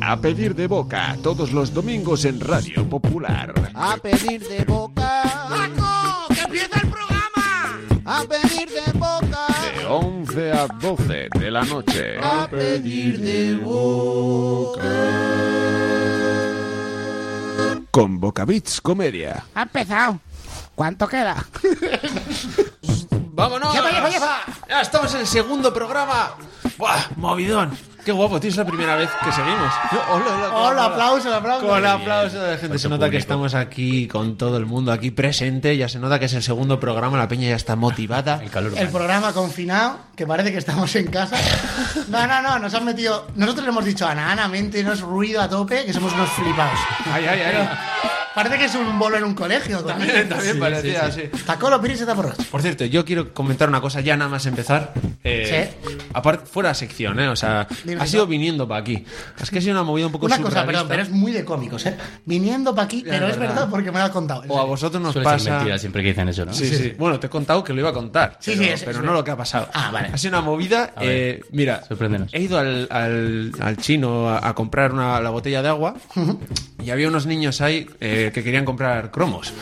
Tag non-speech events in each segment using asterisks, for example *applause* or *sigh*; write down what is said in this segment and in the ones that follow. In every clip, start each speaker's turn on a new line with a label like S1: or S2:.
S1: a pedir de boca todos los domingos en Radio Popular.
S2: A pedir de boca,
S3: ¡Paco! ¡Que empieza el programa!
S2: a pedir de boca,
S1: De 11 a 12 de la noche.
S2: a pedir de boca.
S1: Con Bocavits Comedia.
S3: Ha empezado. ¿Cuánto queda?
S4: ¡Vámonos!
S3: ¡Lleva, lleva, lleva!
S4: Ya estamos en el segundo programa. ¡Buah! ¡Movidón! ¡Qué guapo, tío! Es la primera vez que seguimos. ¡Hola, hola!
S2: Hola, aplauso, aplauso.
S4: Con aplauso de la gente.
S1: Mucho
S4: Se nota que
S1: público.
S4: estamos aquí con todo el mundo aquí presente. Ya se nota que es el segundo programa. La peña ya está motivada.
S2: El programa confinado, que parece que estamos en
S4: *laughs*
S2: casa. No, no, no, nos han metido. Nosotros le hemos dicho ananamente, nos ruido a tope, que somos unos flipados.
S4: ¡Ay, ay, ay!
S2: Parece que es un bolo en un colegio.
S4: También, también parecía así.
S2: Tacolo, piris y taporros.
S4: Por cierto, yo quiero comentar una cosa ya nada más empezar. Eh, Aparte, fuera sección, ¿eh? O sea,
S2: Dime,
S4: ha
S2: ¿no?
S4: sido viniendo para aquí. Es que ha sido una movida un poco
S2: Una cosa,
S4: surrealista.
S2: perdón, pero es muy de cómicos, ¿eh? Viniendo para aquí, pero es verdad. porque me lo has contado.
S4: O a vosotros nos
S5: Suele ser
S4: pasa.
S5: mentira siempre que dicen eso, ¿no?
S4: Sí, sí, Bueno, te he contado que lo iba a contar.
S2: Sí,
S4: pero,
S2: sí, es-
S4: pero
S2: es-
S4: no lo que ha pasado.
S2: Ah, vale.
S4: Ha sido una movida.
S5: A ver,
S4: eh, mira,
S5: sorpréndenos.
S4: he ido al, al- al chino a, a comprar una, la botella de agua y había unos niños ahí eh, que querían comprar cromos.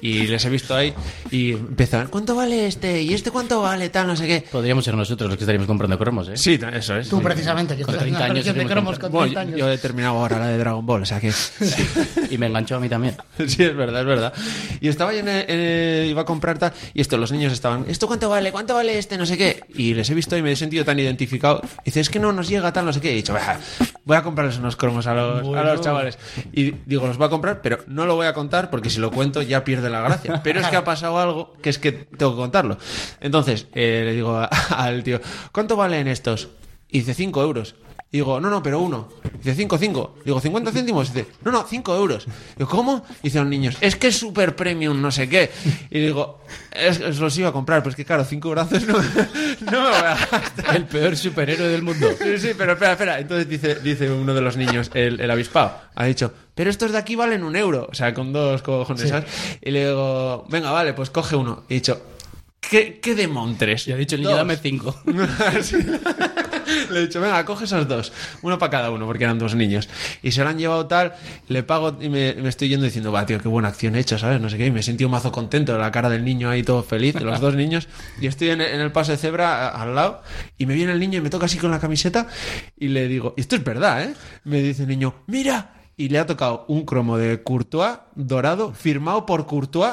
S4: Y les he visto ahí y empiezan, ¿cuánto vale este? ¿Y este cuánto vale? Tal, no sé qué.
S5: Podríamos ser nosotros los que estaríamos comprando cromos, ¿eh?
S4: Sí, eso es.
S2: Tú, precisamente, que
S5: Con
S2: estás en
S5: 30
S2: una
S5: años
S2: colección de cromos
S5: tenemos que-
S2: Pues con 30
S4: Bueno, yo,
S2: años.
S4: yo he terminado ahora la de Dragon Ball, o sea que...
S5: Y me enganchó a mí también.
S4: *laughs* Sí, es verdad, es verdad. Y estaba yo en, en- iba a comprar tal, y esto, los niños estaban, ¿esto cuánto vale? ¿Cuánto vale este? No sé qué. Y les he visto y me he sentido tan identificado. Y dice, es que no nos llega tal, no sé qué. Y he dicho, "Bah, voy a comprarles unos cromos a los, a los chavales. Y digo, los voy a comprar, pero no lo voy a contar porque si lo cuento ya pierde la
S2: *laughs*
S4: gracia. Pero es que ha pasado algo que es que tengo que contarlo. Entonces, eh, le digo a- *laughs* al tío, ¿cuánto valen estos? Y dice, 5 euros. Y digo, no, no, pero uno. Dice, cinco, cinco. Digo, 50 céntimos. Dice, no, no, cinco euros. Digo, ¿cómo? Dicen los niños, es que es super premium, no sé qué. Y digo, es, os los iba a comprar, pero es que claro, cinco brazos no, no me *laughs* voy a gastar.
S5: El peor superhéroe del mundo.
S4: Sí, sí, pero espera, espera. Entonces dice, dice uno de los niños, el, el avispado, ha dicho, pero estos de aquí valen un euro. O sea, con dos cojones, ¿sabes? Y le digo, venga, vale, pues coge uno. Y he dicho, ¿qué, qué de montres?
S5: Y ha dicho el niño,
S4: Dos.
S5: dame cinco.
S4: *laughs* Sí. Le he dicho, venga, coge esos dos. Uno para cada uno, porque eran dos niños. Y se lo han llevado tal, le pago y me, me estoy yendo diciendo, va, tío, qué buena acción he hecho, ¿sabes? No sé qué. Y me he sentido mazo contento, la cara del niño ahí todo feliz, de los dos niños. Y estoy en, en el paso de cebra a- al lado. Y me viene el niño y me toca así con la camiseta. Y le digo, y esto es verdad, ¿eh? Me dice el niño, mira. Y le ha tocado un cromo de Courtois dorado, firmado por Courtois.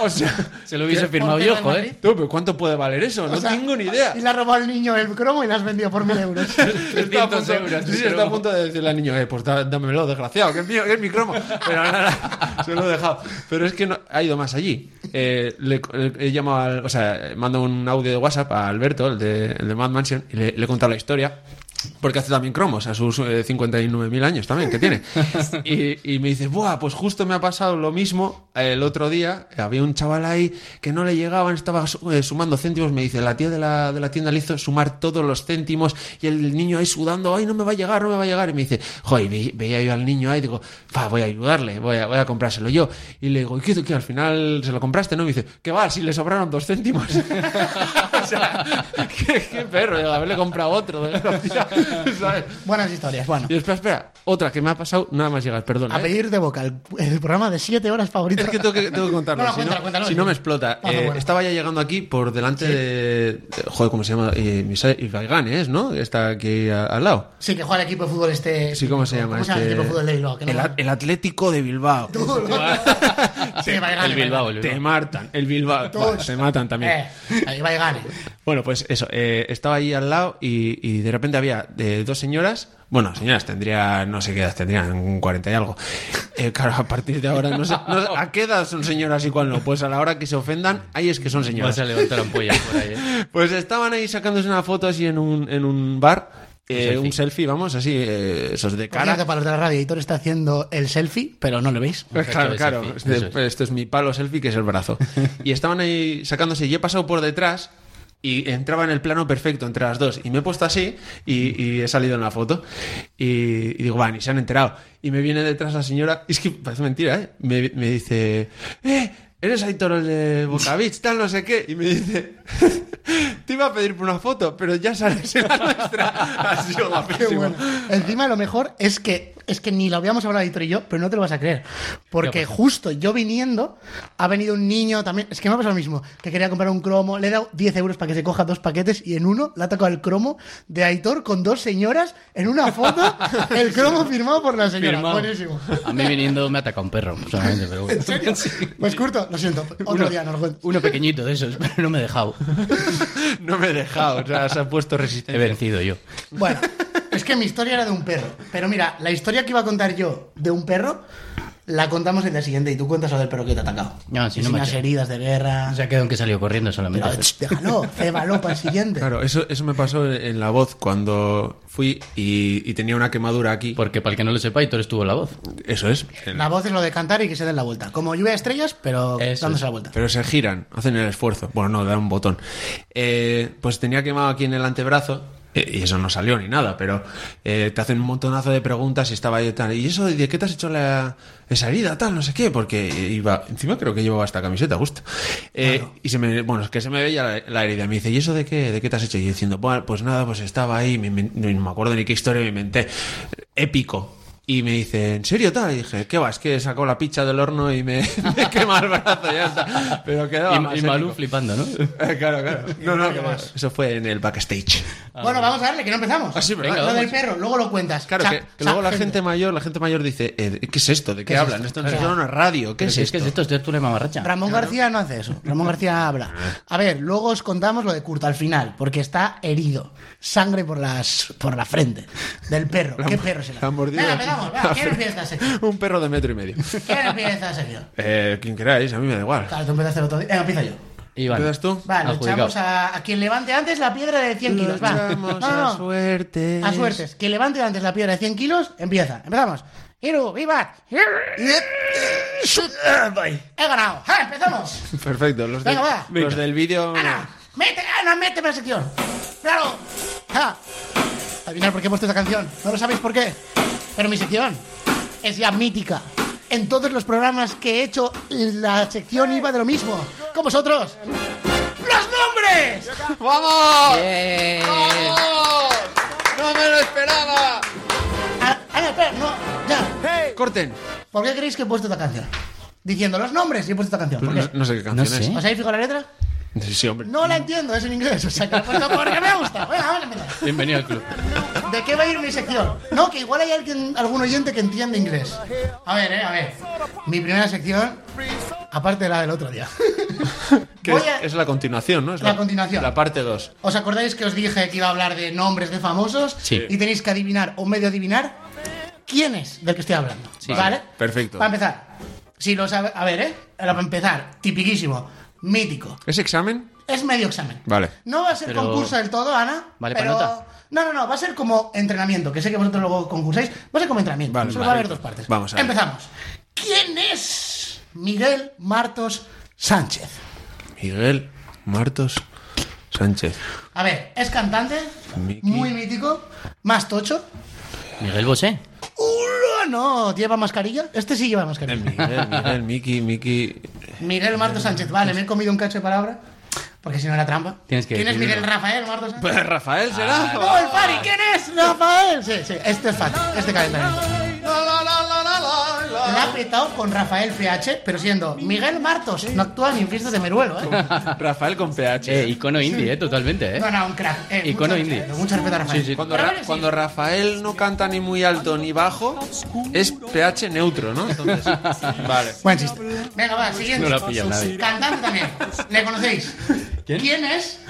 S4: O sea,
S5: *laughs* Se lo hubiese firmado
S2: ¿Por qué
S5: yo,
S2: Real Madrid?
S5: joder.
S4: tú, pero ¿cuánto puede valer eso? No
S2: O sea,
S4: tengo ni idea.
S2: Y le ha robado al niño el cromo y le has vendido por mil euros. *laughs*
S4: Está a
S5: 300
S4: punto-
S5: euros,
S4: sí,
S5: te
S4: sí,
S5: creo.
S4: está a punto de decirle al niño, eh, pues dá- dámelo, desgraciado, que es mío, que es mi cromo. Pero nada, se lo he dejado. Pero es que no, ha ido más allí. Eh, le, le- he llamado al- o sea, mando un audio de WhatsApp a Alberto, el de, el de Mad Mansion, y le, le he contado la historia. Porque hace también cromos a sus eh, 59.000 años también, que tiene. Y, y me dice, Buah, pues justo me ha pasado lo mismo el otro día. Había un chaval ahí que no le llegaban, estaba su- eh, sumando céntimos. Me dice, la tía de la, de la tienda le hizo sumar todos los céntimos y el niño ahí sudando, ay, no me va a llegar, no me va a llegar. Y me dice, joder, ve- veía yo al niño ahí, digo, "Fa, voy a ayudarle, voy a, voy a comprárselo yo. Y le digo, ¿y qué, qué, al final se lo compraste? No, y me dice, ¿qué va? Si le sobraron dos céntimos. *laughs* o sea, *laughs* qué, qué perro, digo, haberle comprado otro, *laughs* desgraciado, ¿sabes?
S2: Buenas historias, bueno.
S4: Y espera, espera, otra que me ha pasado nada más llegar, perdón.
S2: A
S4: ¿eh?
S2: pedir de boca, el, el programa de 7 horas favorito.
S4: Es que tengo que, tengo que contarlo.
S2: No, no,
S4: si,
S2: cuéntalo,
S4: no,
S2: cuéntalo,
S4: si
S2: sí.
S4: no me explota.
S2: Hazlo
S4: Eh,
S2: bueno.
S4: Estaba ya llegando aquí por delante de. de- Joder, ¿cómo se llama? Eh, Misa- Ibaigán, ¿eh? es, ¿no? Está aquí a- al lado.
S2: Sí, que juega el equipo de fútbol este.
S4: Sí, ¿cómo se llama?
S2: ¿Cómo se llama el
S4: este?
S2: equipo de fútbol de Bilbao? Que no
S4: el,
S2: me
S4: a-
S2: acuerdo.
S4: el Atlético
S2: *laughs*
S4: de Bilbao.
S2: Tú, ¿no? Sí, va a ganar,
S5: *laughs* El Bilbao, el
S4: Te
S5: Bilbao.
S4: matan. El Bilbao.
S2: Todos.
S4: Va, se matan también.
S2: Eh, ahí va y gane.
S4: Bueno, pues eso, eh, estaba ahí al lado y, y de repente había eh, dos señoras, bueno, señoras, tendría, no sé qué edad tendrían, un 40 y algo. Eh, claro, a partir de ahora, no sé, no sé, ¿a qué edad son señoras y cuál no? Pues a la hora que se ofendan, ahí es que son señoras.
S5: Vas a levantar ampollas por ahí, ¿eh?
S4: Pues estaban ahí sacándose una foto así en un, en un bar, eh,
S5: selfie.
S4: un selfie, vamos, así, eh, esos de
S2: Por cierto,
S4: cara.
S2: para los de la radio, Hitor está haciendo el selfie, pero no lo veis.
S4: Claro,
S5: de
S4: claro.
S5: selfie,
S4: Este-
S5: eso es.
S4: Esto es mi palo selfie, que es el
S5: *laughs*
S4: brazo. Y estaban ahí sacándose. Y he pasado por detrás y entraba en el plano perfecto entre las dos. Y me he puesto así y, y he salido en la foto. Y, y digo, va, ni se han enterado. Y me viene detrás la señora. Y es que parece mentira, ¿eh? Me, me dice, ¡eh! Eres Aitor el de Bocavich, tal, no sé qué. Y me dice, *laughs* Te iba a pedir por una foto, pero ya sales en la nuestra. *laughs* Ha sido
S2: *laughs* Qué
S4: guapísimo.
S2: bueno. Encima lo mejor es que es que ni lo habíamos hablado Aitor y yo, pero no te lo vas a creer. Porque
S5: pues
S2: justo yo viniendo, ha venido un niño también. Es que me ha pasado lo mismo, que quería comprar un cromo, le he dado 10 euros para que se coja dos paquetes y en uno le ha tocado el cromo de Aitor con dos señoras en una
S5: *laughs*
S2: foto, el cromo firmado por la señora.
S5: Firmado.
S2: Buenísimo.
S5: A mí viniendo me ataca un perro, solamente, pero bueno.
S2: Pues curto, lo siento. Otro
S5: Uno-
S2: día no lo cuento.
S5: Uno pequeñito de esos, pero no me he dejado.
S4: No me he dejado, o sea, se ha puesto
S5: He
S4: resistente.
S5: vencido yo.
S2: Bueno, es que mi historia era de un perro. Pero mira, la historia que iba a contar yo de un perro la contamos el día siguiente y tú cuentas la del perro que te ha atacado.
S5: No, si
S2: Y
S5: no
S2: sin
S5: me
S2: las
S5: hace-
S2: heridas de guerra.
S5: O sea, quedó en que salió corriendo solamente.
S2: Pero, ch, déjalo, cébalo para el siguiente.
S4: Claro, eso, eso me pasó en la voz cuando fui y, y tenía una quemadura aquí.
S5: Porque para el que no lo sepa, Hitor estuvo en la voz.
S4: Eso es. El-
S2: La voz es lo de cantar y que se den la vuelta. Como lluvia de estrellas, pero
S5: Eso
S2: dándose
S5: es.
S2: la vuelta.
S4: Pero se giran, hacen el esfuerzo. Bueno, no, dan un botón. Eh, pues tenía quemado aquí en el antebrazo. eh, Y eso no salió ni nada, pero eh, te hacen un montonazo de preguntas y estaba yo tal. ¿Y eso de qué te has hecho la, esa herida? Tal, no sé qué, porque iba. Encima creo que llevaba esta camiseta, justo. Eh, Y se me. Bueno, es que se me veía la, la herida. Me dice, ¿y eso de qué, de qué te has hecho? Y yo diciendo, "Bueno, pues nada, pues estaba ahí, me inven- no me acuerdo ni qué historia me inventé. Épico. Y me dice, ¿en serio tal? Y dije, ¿qué vas? Que sacó la picha del horno y me, *laughs* me quema el brazo, ya está. Pero quedaba
S5: Y,
S4: más
S5: y Malú
S4: épico.
S5: flipando, ¿no?
S4: Eh, claro, claro. *laughs* No, no, que más. Eso fue en el backstage.
S2: bueno, vamos a darle, que no empezamos.
S4: Ah, sí, ¿verdad?
S5: Venga,
S2: lo del
S5: vamos.
S2: perro, luego lo cuentas.
S4: Claro,
S2: Cha-
S4: que, que
S2: cha-
S4: luego la gente. mayor, la gente mayor dice, eh, ¿qué es esto? ¿De qué,
S2: es
S4: hablan?
S2: esto?
S4: Esto no es una radio, ¿qué
S5: Pero
S4: es
S5: si es
S4: esto?
S5: que es esto, es tertulia mamarracha.
S2: Ramón García no hace eso. Ramón García habla. A ver, luego os contamos lo de Curto al final, porque está herido. Sangre por las por la frente del perro.
S4: La-
S2: ¿Qué perro será?
S4: la mordida.
S2: Venga, empezamos. venga,
S4: La *laughs*
S2: ¿Quién
S4: frente.
S2: empieza, Sergio?
S4: Un perro de metro y medio.
S2: ¿Quién empieza, Sergio?
S4: Eh, quien queráis, a mí me da igual.
S2: Claro, tú empezaste el otro día. Venga, empiezo yo.
S5: Iván.
S4: ¿Empiezas tú?
S2: Vale, lo
S5: Adjudicado.
S2: echamos a, a quien levante antes la piedra de 100 kilos. Va. No,
S4: Luchamos
S2: no,
S4: a
S2: no.
S4: suerte.
S2: A
S4: *laughs*
S2: suertes. Que levante antes la piedra de 100 kilos, empieza. Empezamos. Iru, viva. He ganado. ¡Ah, empezamos!
S4: Perfecto, los,
S2: Venga,
S4: del-
S2: va.
S4: los del vídeo.
S2: ¡Ana! ¡Mete! ¡Ana, méteme la sección! ¡Claro! ¡Ja! Adivinar por qué he puesto esta canción. No lo sabéis por qué. Pero mi sección es ya mítica. En todos los programas que he hecho, la sección iba de lo mismo. Con vosotros. ¡Los nombres!
S4: ¡Vamos!
S5: Eh,
S4: ¡Vamos! ¡No me lo esperaba!
S2: Ana, Ana, espera, no. Ya.
S4: Corten.
S2: ¿Por qué creéis que he puesto esta canción? Diciendo los nombres y he puesto esta canción. ¿Por
S4: Pues No,
S2: qué?
S4: no ¿eh? sé qué canción
S5: sé.
S2: ¿Os habéis fijado la letra?
S4: es. Sí, hombre.
S2: No la entiendo, es en inglés. O sea, que la he puesto porque me gusta. Venga, vamos a empezar.
S5: Bienvenido al *laughs* club.
S2: ¿De qué va a ir mi sección? No, que igual hay alguien, algún oyente que entiende inglés. A ver, eh, a ver. Mi primera sección, aparte de la del otro día.
S4: *laughs* Que
S2: Voy
S4: es,
S2: a-
S4: es la continuación, ¿no? Es
S2: La continuación.
S4: La parte 2.
S2: ¿Os acordáis que os dije que iba a hablar de nombres de famosos?
S5: Sí.
S2: Y tenéis que adivinar o medio adivinar quién es del que estoy hablando.
S5: Sí.
S2: ¿Vale?
S4: Perfecto.
S2: Para empezar. Si lo sabe, a ver, ¿eh? Para empezar, tipiquísimo, mítico.
S4: ¿Es examen?
S2: Es medio examen.
S4: Vale.
S2: No va a ser
S5: Pero-
S2: concurso del todo, Ana.
S5: Vale,
S2: pero...
S5: para nota.
S2: No, no, no, va a ser como entrenamiento, que sé que vosotros luego concursáis. Va a ser como entrenamiento.
S4: Vale,
S2: Solo
S4: vale.
S2: va a haber dos partes.
S4: Vamos a ver.
S2: Empezamos. ¿Quién es Miguel Martos Sánchez?
S4: Miguel Martos Sánchez.
S2: A ver, es cantante,
S4: Miki.
S2: muy mítico, más tocho.
S5: Miguel Bosé.
S2: ¡Hola! No, ¿lleva mascarilla? Este sí lleva mascarilla.
S4: Miguel, Miguel, Miki, Miki.
S2: Miguel Martos Sánchez. Vale, me he comido un cacho de palabra, porque si no era trampa.
S5: Tienes que
S2: ¿Quién es Miguel
S5: decirlo.
S2: Rafael Martos Sánchez?
S4: Pues Rafael será.
S2: ¡Oh, el Fari! ¿Quién es? ¡Rafael! Sí, sí, este es fácil, este calentamiento. La ha petado con Rafael PH, pero siendo Miguel Martos, no actúa ni en fiestas de Meruelo, ¿eh?
S4: Rafael con PH.
S5: Eh, icono indie, eh, totalmente, eh.
S2: No, no, un crack. Eh,
S5: Icono
S2: mucho
S5: indie.
S2: respeto, Mucho respeto a Rafael.
S5: Sí, sí.
S4: Cuando,
S2: Pero
S4: Ra-
S2: bueno, sí.
S4: cuando Rafael no canta ni muy alto ni bajo, es PH neutro, ¿no? Entonces, vale.
S2: Buen chiste. Venga, va, siguiente.
S5: No lo ha pillado nadie.
S2: Cantante también. ¿Le conocéis? ¿Quién? es?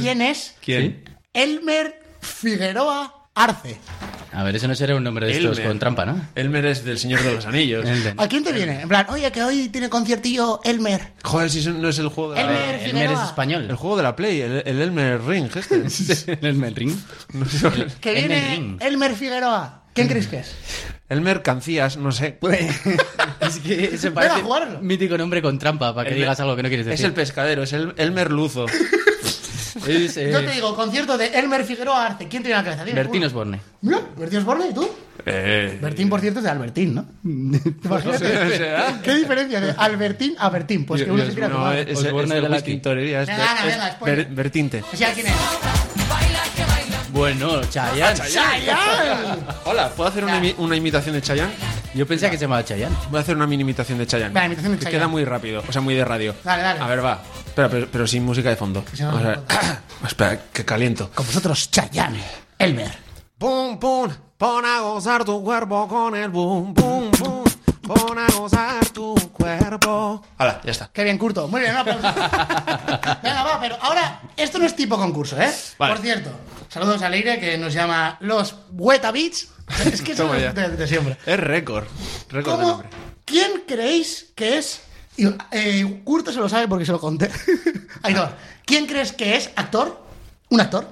S2: ¿Quién es?
S4: ¿Quién?
S2: Elmer Figueroa Arce.
S5: A ver, ese no será un nombre de estos
S4: Elmer.
S5: con trampa, ¿no?
S4: Elmer es del Señor de los Anillos.
S5: El de-
S2: ¿A quién te viene? En plan, oye, que hoy tiene conciertillo Elmer.
S4: Joder, si eso no es el juego de la,
S2: Elmer
S5: Eh, Elmer es
S2: Figueroa.
S4: el
S5: español.
S4: juego de la Play, el, el Elmer Ring, este.
S5: *laughs* Elmer Ring.
S4: No sé.
S2: Que
S5: Elmer
S2: viene
S5: Ring.
S2: Elmer Figueroa. ¿Quién crees que es?
S4: Elmer Cancías, no sé.
S5: Es que ese
S2: Venga,
S5: parece
S2: jugarlo.
S5: mítico nombre con trampa, para que
S4: Elmer-
S5: digas algo que no quieres
S4: Es
S5: decir.
S4: el pescadero, es el Elmer
S5: *laughs*
S4: Luzo.
S5: Es, eh,
S4: Eh,
S2: Yo te digo, concierto de Elmer Figueroa Arce. ¿Quién tiene la cabeza? Dime,
S5: Bertín
S2: uno.
S5: Osborne.
S2: Mira, Bertín Osborne, ¿y tú?
S4: Eh, Pues
S2: Bertín, por cierto, es de Albertín,
S4: *laughs*
S2: ¿no?
S4: no sé, o sea,
S2: ¿Qué diferencia de Albertín a Bertín? Pues que uno se tira
S4: no,
S2: como
S4: es, es-
S5: Osborne
S4: es
S5: del
S4: de la
S5: whisky.
S4: tintorería. Es,
S2: Venga, gana,
S4: es
S2: venga, spoiler.
S4: Ber- Bertinte.
S2: O sea, ¿quién es?
S5: Bueno,
S4: Ah,
S5: Chayanne.
S2: ¡Chayanne!
S4: Hola, ¿puedo hacer una, imi- una imitación de Chayanne?
S5: Yo pensaba que se llamaba Chayanne.
S4: Voy a hacer una mini imitación de Chayanne.
S2: Venga, imitación de
S4: que
S2: Chayanne.
S4: queda muy rápido, o sea, muy de radio.
S2: Dale, dale.
S4: A ver, va. Espera, pero, pero sin música de fondo.
S2: se llama
S4: Vamos a ver. *coughs* Espera, que caliento.
S2: Con vosotros, Chayanne. Elmer.
S4: Pum, pum, pon a gozar tu cuerpo con el boom, boom, boom. Pon a gozar tu cuerpo. Hala, ya está.
S2: Qué bien, Curto. Muy bien, un
S4: *laughs*
S2: aplauso. Venga, va, pero ahora, esto no es tipo concurso, ¿eh?
S4: Vale.
S2: Por cierto, saludos a Leire que nos llama los Weta Beats. Es
S4: *laughs*
S2: que son
S4: Toma ya.
S2: de, de siempre.
S4: Es récord. Récord de
S2: ¿Cómo?
S4: nombre.
S2: ¿Quién creéis que es? y, eh, Curto se lo sabe porque se lo conté. *laughs* Aitor, ¿quién crees que es actor? ¿Un actor?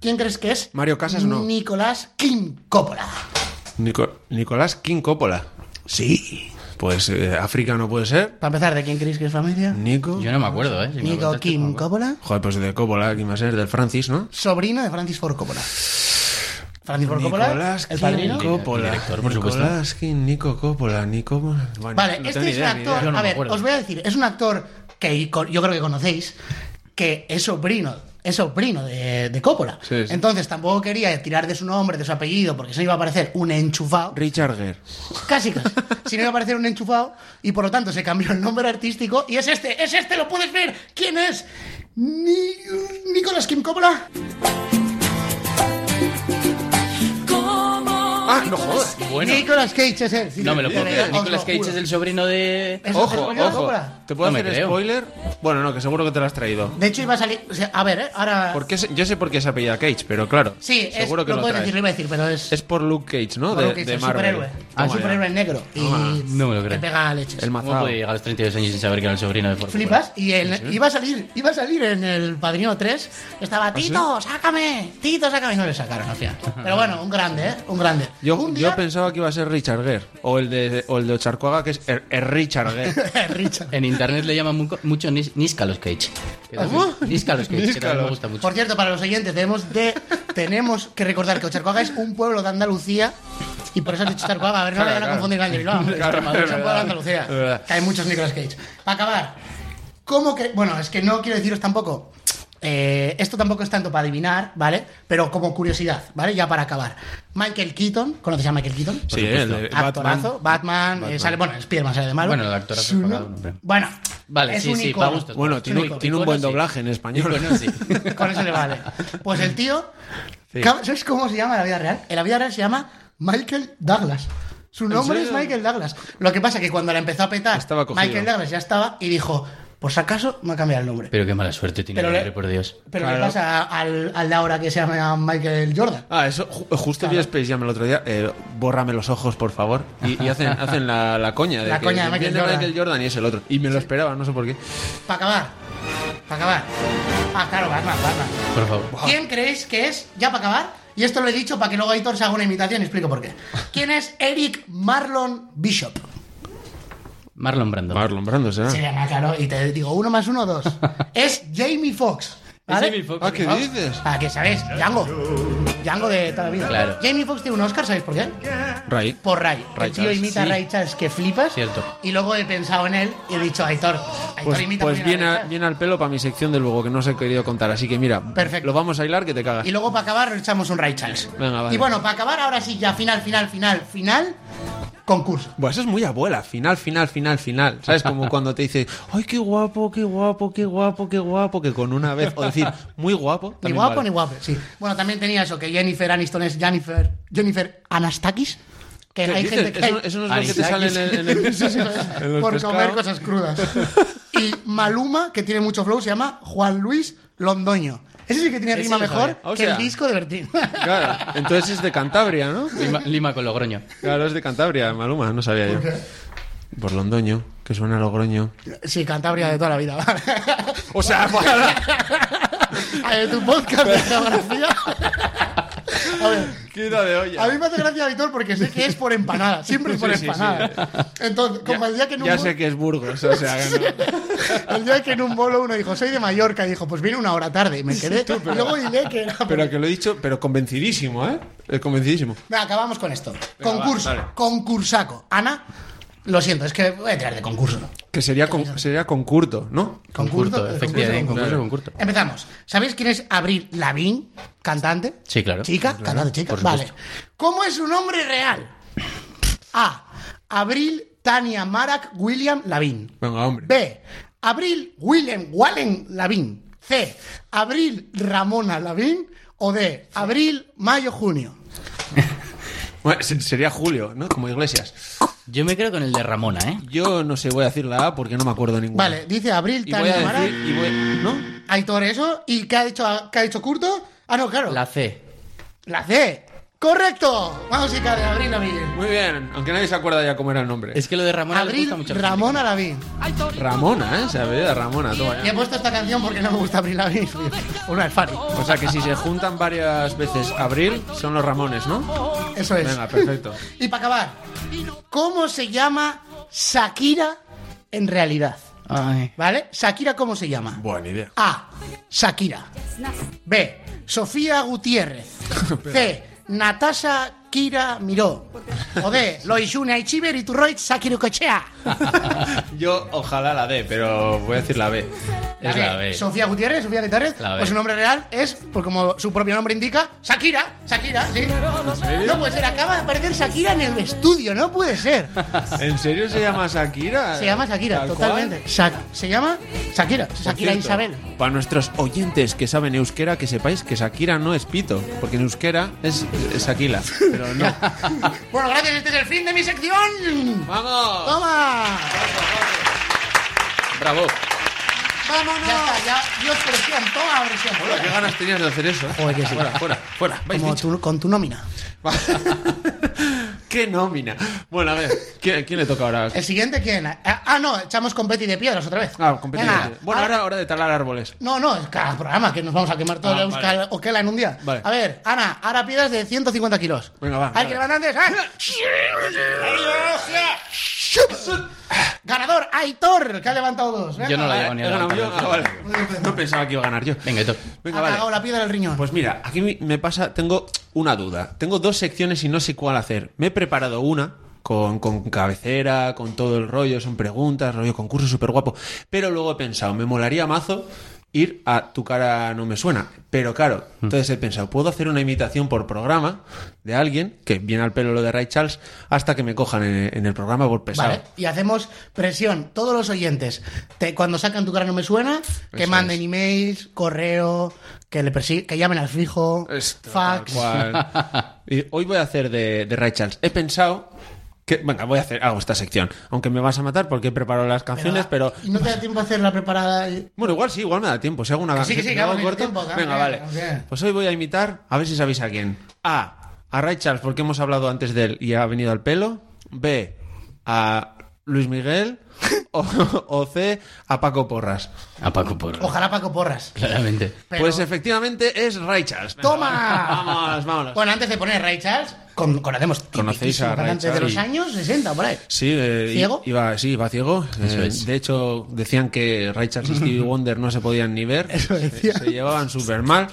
S2: ¿Quién crees que es?
S4: Mario Casas, no.
S2: Nicolás Kim Coppola.
S4: Nico- Nicolás King Coppola.
S2: Sí.
S4: Pues eh, África no puede ser.
S2: Para empezar, ¿de quién creéis que es familia?
S4: Nico.
S5: Yo no me acuerdo, ¿eh? Si me lo
S2: Nico
S5: contaste, no me
S2: Kim
S5: acuerdo.
S2: Coppola.
S4: Joder, pues de Coppola, ¿quién va a ser? Del Francis, ¿no?
S2: Sobrino de Francis Ford Coppola. Francis Ford Coppola,
S4: Nicolás
S2: el
S4: King
S2: padrino.
S4: Coppola.
S5: Director, por supuesto.
S4: Nicolás King, Nico Coppola, Nico... Bueno,
S2: Vale,
S4: no tengo
S2: este
S4: ni
S2: es
S4: idea,
S2: un
S4: ni
S2: actor.
S5: Yo
S4: idea.
S5: no
S2: a
S5: me
S2: ver,
S5: acuerdo.
S2: os voy a decir, es un actor que co- yo creo que conocéis, que es sobrino. Es sobrino de, de Coppola.
S4: Sí, sí.
S2: Entonces tampoco quería tirar de su nombre, de su apellido, porque si no iba a parecer un enchufado.
S4: Richard Gere.
S2: Casi,
S4: *laughs*
S2: casi. Si no iba a parecer un enchufado. Y por lo tanto se cambió el nombre artístico. Y es este, es este, lo puedes ver. ¿Quién es? Ni Nicolás Kim Coppola.
S4: Ah, no jodas.
S5: Bueno,
S2: Nicolas Cage es él. Sí,
S5: no me lo
S2: de
S5: puedo
S2: verdad,
S5: creer.
S2: os lo
S5: Nicolas Cage
S2: juro.
S5: es el sobrino de...
S2: ¿Es el
S4: Ojo,
S2: sobrino de
S4: ojo.
S2: Coppola?
S4: ¿Te puedo
S5: No me
S4: hacer
S5: creo.
S4: spoiler? Bueno, no, que seguro que te lo has traído.
S2: De hecho, iba a salir. o sea, a ver, ¿eh? ahora.
S4: Porque es- yo sé por qué se apellida Cage, pero claro.
S2: Sí, es,
S4: seguro que
S2: lo
S4: lo,
S2: puedes
S4: traes.
S2: decir, lo iba a decir, pero es.
S4: Es por Luke Cage, ¿no?
S2: por lo
S4: De,
S2: que
S4: de
S2: es el
S4: Marvel. Ah,
S2: superhéroe. Ah,
S4: Toma
S2: el
S4: ya.
S2: superhéroe negro. Y
S5: No me lo creo.
S2: le pega leches.
S4: El
S5: ¿Cómo
S4: mazado.
S5: puede llegar a los 32 años sin saber que era el sobrino de Ford
S2: Flipas. Y el- iba a salir, iba a salir en el Padrino 3.
S4: ¿Ah,
S2: Estaba, Tito, sácame, Tito, sácame. Y no le sacaron al final.
S4: *laughs*
S2: Pero bueno, un grande, ¿eh? Un grande.
S4: Yo,
S2: un
S4: yo pensaba que iba a ser Richard Gere. O el de, o el de Ocharcoaga, que es el, el Richard
S2: *laughs* *laughs*
S4: Gere.
S2: Richard.
S5: En internet le llaman mu- mucho nis- Niscalos Cage. Que
S2: ¿Cómo?
S5: también- Niscalos Cage, que también me gusta mucho.
S2: Por cierto, para los oyentes, tenemos, de, tenemos que recordar que Ocharcoaga es un pueblo de Andalucía. Y por eso has dicho Ocharcoaga. A ver, no
S4: Claro,
S2: vayan a
S4: claro.
S2: confundir con el de Bilbao. hombre,
S4: Claro,
S2: Extremadura,
S4: es
S2: un pueblo de
S4: verdad,
S2: Andalucía.
S4: es verdad.
S2: Que hay muchos Nicolas Cage. Para acabar, ¿cómo que.? Bueno, es que no quiero deciros tampoco. eh, esto tampoco es tanto para adivinar, ¿vale? Pero como curiosidad, ¿vale? Ya para acabar. Michael Keaton, ¿conoces a Michael Keaton?
S4: Sí, el de Batman.
S2: Actorazo, Batman, eh, sale, bueno, Spiderman sale de malo.
S5: Bueno, el actor hace
S2: Su no-
S5: para cada uno, pero-
S2: Bueno,
S5: Vale,
S2: es
S5: sí,
S2: un
S5: sí,
S2: icono.
S5: para gustos.
S4: Bueno, tiene,
S2: Icono,
S4: tiene un buen
S5: sí.
S4: doblaje en español.
S5: Icono, sí.
S2: *laughs* Con eso le vale. Pues el tío,
S4: Sí.
S2: ¿cab- ¿sabes cómo se llama en la vida real? En la vida real se llama Michael Douglas. Su nombre es
S4: serio?
S2: Michael Douglas. Lo que pasa que cuando la empezó a petar,
S4: Estaba cogido.
S2: Michael Douglas ya estaba y dijo, por si acaso me ha cambiado el nombre. Pero,
S5: Pero qué mala suerte tiene
S2: Pero
S5: el
S2: le-
S5: hombre, por Dios.
S2: ¿qué
S4: Claro.
S2: pasa al, al de ahora que se llama Michael Jordan?
S4: *laughs* Ah, eso, ju- justo vi Space Jam el otro día. eh, bórrame los ojos, por favor. Y, y hacen,
S2: *laughs*
S4: hacen la, la coña de
S2: La
S4: que
S2: coña de Michael
S4: viene
S2: Jordan.
S4: Jordan y es el otro. Y me lo esperaba, no sé por qué.
S2: Para acabar. Para acabar. Ah, claro, Batman, Batman.
S5: Por favor.
S2: ¿Quién creéis que es? Ya para acabar. Y esto lo he dicho para que luego Aitor se haga una imitación y explico por qué. ¿Quién es Eric Marlon Bishop?
S5: Marlon Brando.
S4: Marlon Brando será.
S2: Se llama, claro, y te digo uno más uno,
S4: *laughs*
S2: dos. es Jamie Foxx. ¿vale?
S5: Jamie Foxx.
S4: Ah, ¿qué
S2: Foxx.
S4: dices?
S2: Ah, que sabéis, Django. Django de toda la vida.
S5: Claro.
S2: Jamie Foxx tiene un Oscar, ¿sabéis por qué?
S4: Ray.
S2: Por Ray.
S4: Ray
S2: el tío
S4: Charles,
S2: imita
S4: sí.
S2: a Ray Charles que flipas.
S5: Cierto.
S2: Y luego he pensado en él y he dicho, Aitor, Aitor
S4: Pues,
S2: imita
S4: pues
S2: muy
S4: bien,
S2: Ray
S4: a-
S2: Charles".
S4: bien al pelo para mi sección de luego que no os he querido contar. Así que mira,
S2: Perfecto.
S4: lo vamos a hilar que te cagas.
S2: Y luego para acabar le echamos un Ray Charles.
S4: Venga, vale.
S2: Y bueno, para acabar, ahora sí, ya final, final, final, final, concurso.
S4: Buah, eso es muy abuela. Final, final, final, final. ¿Sabes? Como cuando te dice, ay, qué guapo, qué guapo, qué guapo, qué guapo, que con una vez. O decir, muy guapo.
S2: Ni
S4: también
S2: guapo
S4: vale.
S2: ni guapo, sí. Bueno, también tenía eso, que Jennifer Aniston es Jennifer, Jennifer Anastakis. Que
S4: ¿Qué
S2: hay
S4: dices?
S2: gente que...
S4: Eso, eso no es lo que te sale
S5: Anisakis.
S4: en el.
S2: *laughs*
S4: en el- en los
S2: por comer
S4: pescados.
S2: cosas crudas. Y Maluma, que tiene mucho flow, se llama Juan Luis Londoño. Ese sí que tiene
S5: Ese
S2: rima
S5: lo
S2: mejor
S4: sabía. O
S2: que
S4: sea-
S2: el disco de Bertín.
S4: Claro, entonces es de Cantabria, ¿no?
S5: Lima, Lima con Logroño.
S4: Claro, es de Cantabria, Maluma, no sabía yo. Por Londoño, que suena a Logroño.
S2: *laughs* sí, Cantabria de toda la vida. ¿vale? *laughs*
S4: O *laughs* sea, para-
S2: Eh, A ver, tu podcast de geografía. A ver,
S4: Quita de olla.
S2: A mí me hace gracia Vitor porque sé que es por empanada. Siempre es por
S4: Sí, sí,
S2: empanada. Entonces, como el día que en un
S4: ya
S2: bol-
S4: sé que es Burgos, o sea, que
S2: *laughs*
S4: no.
S2: el día que en un bolo uno dijo, soy de Mallorca, y dijo, pues viene una hora tarde. Y me quedé. Y luego diré que era.
S4: Pero que lo he dicho, pero convencidísimo, ¿eh? Eh, Convencidísimo.
S2: Venga, acabamos con esto. concurso.
S4: va, dale.
S2: Concursaco. Ana, lo siento, es que voy a tirar de concurso.
S4: Que sería, con, sería concurto, ¿no?
S5: Concurso,
S2: de
S5: efectivamente.
S2: eh, concurso.
S5: Concurso, concurso.
S2: Empezamos. ¿Sabéis quién es Abril Lavín? Cantante.
S5: Sí, claro.
S2: Chica, cantante chica.
S5: por
S2: Vale.
S5: supuesto.
S2: ¿Cómo es su nombre real? A. Abril Tania Marak William Lavín.
S4: Venga, hombre.
S2: B. Abril William Wallen Lavín. C. Abril Ramona Lavín. O D. Abril Mayo Junio.
S4: Bueno, se- sería Julio, ¿no? Como Iglesias.
S5: Yo me creo con el de Ramona, ¿eh?
S4: Yo no sé, voy a decir la A porque no me acuerdo ninguna.
S2: Vale, dice Abril
S4: Y voy
S2: Tania
S4: a decir,
S2: Marak.
S4: y voy, ¿no?
S2: Aitor, eso. ¿Y qué ha dicho, qué ha dicho Curto? Ah, no, claro.
S5: La C.
S2: La C. ¡Correcto! Música de Abril Lavín.
S4: Muy bien, aunque nadie se acuerda ya cómo era el nombre.
S5: Es que lo de Ramona le
S2: Abril
S5: gusta mucho. a la gente.
S2: Ramona Lavín.
S4: Ramona, ¿eh? Se apellida Ramona, toma
S2: Y he
S4: ya.
S2: puesto esta canción porque no me gusta Abril Lavín. Una es fan.
S4: O sea que si se juntan varias veces abril, son los Ramones, ¿no?
S2: Eso es.
S4: Venga, perfecto.
S2: Y para acabar, ¿cómo se llama Shakira en realidad?
S5: Ay.
S2: ¿Vale? Shakira, ¿cómo se llama?
S4: Buena idea.
S2: A. Shakira. B. Sofía
S4: *laughs*
S2: Gutiérrez. C. Natasha Kira Miró. O D. Loisune Aichiber y Turroit Shakira Cochea.
S4: Yo ojalá la D, pero voy a decir la B.
S5: Es la B.
S2: Sofía Gutiérrez, Sofía Gutiérrez.
S5: La B.
S2: Pues su nombre real es, pues como su propio nombre indica, Shakira. Shakira, sí. No puede ser, acaba de aparecer Shakira en el estudio, no puede
S4: *laughs*
S2: ser.
S4: ¿En serio se llama Shakira?
S2: Se llama Shakira,
S4: ¿Tal cual?
S2: totalmente. Shak- se llama Shakira,
S4: Por
S2: Shakira
S4: cierto,
S2: Isabel.
S4: Para nuestros oyentes que saben euskera, que sepáis que Shakira no es pito, porque en euskera es, es Shakira, pero
S2: *laughs*
S4: no.
S2: Bueno, gracias, este es el fin de mi sección.
S4: ¡Vamos!
S2: ¡Toma!
S5: Bravo.
S2: ¡Vámonos! Ya está, ya. Dios, presión, toma presión.
S4: Hola, qué ganas tenías de hacer eso. ¿eh?
S2: Joder, que sí.
S4: Fuera, fuera, fuera. Vais,
S2: Como
S4: bicho.
S2: tú- con tu nómina.
S4: *laughs* ¡Qué nómina! Bueno, a ver, ¿quién, quién le toca ahora?
S2: ¿El siguiente quién? Ah, Ah, no, echamos competi de piedras otra vez.
S4: Ah, competente.
S2: Venga,
S4: Bueno, ahora, ahora de talar árboles.
S2: No, no, es cada programa que nos vamos a quemar todo
S4: Ah,
S2: la Euskal Okela en un día.
S4: Vale.
S2: A ver, Ana, ahora piedras de 150 kilos.
S4: Venga, va,
S2: Hay que
S4: vale.
S2: levantar antes. ¡Ah! Ganador, Aitor, que ha levantado dos. Venga,
S5: Yo no
S2: vale.
S5: la
S2: pues.
S5: llevo ni
S4: ¿He
S5: a la
S4: ganado yo? Ah, vale. No pensaba que iba a ganar yo.
S5: Venga, Aitor.
S4: Venga,
S2: ha
S4: vale.
S2: cagado la piedra del riñón.
S4: Pues mira, aquí mi- me pasa, tengo una duda. Tengo dos secciones y no sé cuál hacer. Me he preparado una con, con cabecera, con todo el rollo, son preguntas, rollo concurso súper guapo. Pero luego he pensado, me molaría mazo ir a tu cara no me suena. Pero claro, entonces he pensado, puedo hacer una imitación por programa de alguien que viene al pelo lo de Ray Charles hasta que me cojan en, en el programa por pesado.
S2: Vale, y hacemos presión. Todos los oyentes, te- cuando sacan tu cara no me suena, que
S4: Eso
S2: manden
S4: es.
S2: emails, correo, que le persi- que llamen al fijo,
S4: Esto,
S2: fax.
S4: tal cual. *laughs* Y hoy voy a hacer de, de Ray Charles. He pensado que. Venga, voy a hacer. Hago esta sección. Aunque me vas a matar porque he preparado las canciones, pero.
S2: ¿Y no te da tiempo a hacer la preparada? y-
S4: Bueno, igual sí, igual me da tiempo. Si hago una
S2: Que sí, que sí,
S4: si
S2: que
S4: hago
S2: vamos,
S4: corto,
S2: tiempo, también,
S4: Venga, vale.
S2: también.
S4: Pues hoy voy a imitar, a ver si sabéis a quién. A. A Ray Charles, porque hemos hablado antes de él y ha venido al pelo. B. A Luis Miguel. O, o C. A Paco Porras.
S5: A Paco por.
S2: Ojalá Paco Porras.
S5: Claramente.
S2: Pero-
S4: Pues efectivamente es Ray Charles. Venga,
S2: ¡Toma! Pues
S4: Vámonos, vámonos.
S2: Bueno, antes de poner Ray Charles, con, conocemos
S4: Conocéis a Ray
S2: antes de
S4: Charles.
S2: los años 60, por ahí.
S4: Sí, eh,
S2: ¿Ciego?
S4: i- Iba, sí, iba ciego.
S5: Eso
S4: Eh,
S5: es.
S4: De hecho, decían que Ray Charles
S2: *laughs*
S4: y Stevie Wonder no se podían ni ver. Se- Se, llevaban súper mal.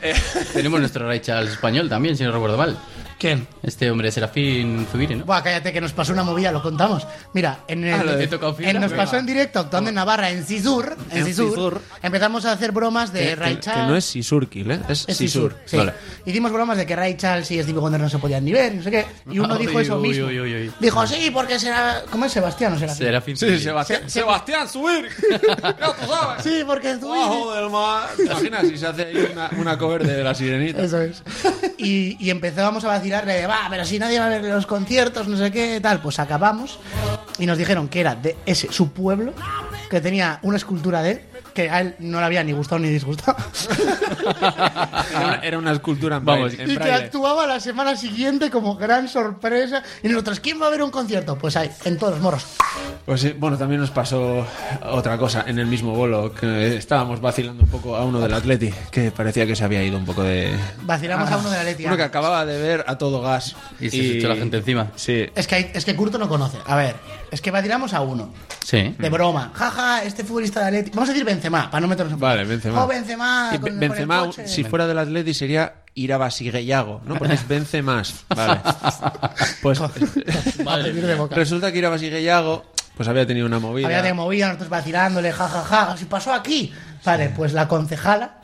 S4: Eh,
S5: Tenemos nuestro Ray Charles español también, si no recuerdo mal.
S2: ¿Quién?
S5: Este hombre, Serafín Zubiri, ¿no?
S2: Buah, cállate que nos pasó una movida, lo contamos. Mira, en el-
S4: Ah, lo de-
S5: ¿He tocado fibra?
S2: en- nos
S5: Venga.
S2: pasó en directo actuando en Navarra, en Cisur, en
S4: En
S2: Cisur,
S4: Cisur.
S2: empezamos a hacer bromas de
S4: que,
S2: Ray
S4: que-
S2: Charles.
S4: que no es Sisurkil, ¿eh? Es,
S2: Es
S4: Sisur.
S2: sí.
S4: Vale.
S2: Hicimos bromas de que Ray Charles y Stevie Wonder no se podían ni ver, no sé qué. Y uno
S5: Uy,
S2: dijo eso
S5: uy,
S2: mismo.
S5: uy, uy, uy.
S2: Dijo, sí, porque será. ¿Cómo es Sebastián o será?
S5: Serafín
S4: Sí,
S5: Zubiri.
S4: Sebastián,
S2: *laughs*
S4: Sebastián, subir. Ya tú sabes.
S2: Sí, porque tú.
S4: Abajo del mar. ¿Te imaginas si se hace ahí una, una cover de La Sirenita?
S2: Eso es. Y, y empezábamos a vacilarle de, va, pero si nadie va a ver los conciertos, no sé qué, tal. Pues acabamos y nos dijeron que era de ese, su pueblo, que tenía una escultura de él, que a él no le había ni gustado ni disgustado.
S4: Era, una, era una escultura en
S5: Vamos,
S4: braille, en
S2: y que
S4: braille.
S2: actuaba la semana siguiente como gran sorpresa. Y nosotros, ¿quién va a ver un concierto? Pues ahí, en todos los morros.
S4: Pues sí, bueno, también nos pasó otra cosa en el mismo bolo, que estábamos vacilando un poco a uno del Atleti, que parecía que se había ido un poco de...
S2: Vacilamos a uno de la Leti.
S4: Ah. Uno que acababa de ver a todo gas.
S5: Y se se echó la gente encima.
S4: Sí.
S2: Es que, hay- es que Curto no conoce. A ver, es que vacilamos a uno.
S5: Sí.
S4: Mm.
S2: De broma. Jaja, este futbolista de Atleti. Vamos a decir Benzema, para no meternos en
S4: Vale,
S2: problemas.
S4: Benzema.
S2: Oh, Benzema.
S4: Y
S2: con- con
S4: Benzema,
S2: el coche.
S4: si fuera del Atleti, sería Irabasiguellago, ¿no? Porque es vence más.
S5: *laughs*
S4: Vale. Pues
S2: Va a pedir de boca.
S4: resulta que Irabasiguellago pues había tenido una movida.
S2: Había de movida, nosotros vacilándole, jajaja, si pasó aquí. Vale, pues la concejala,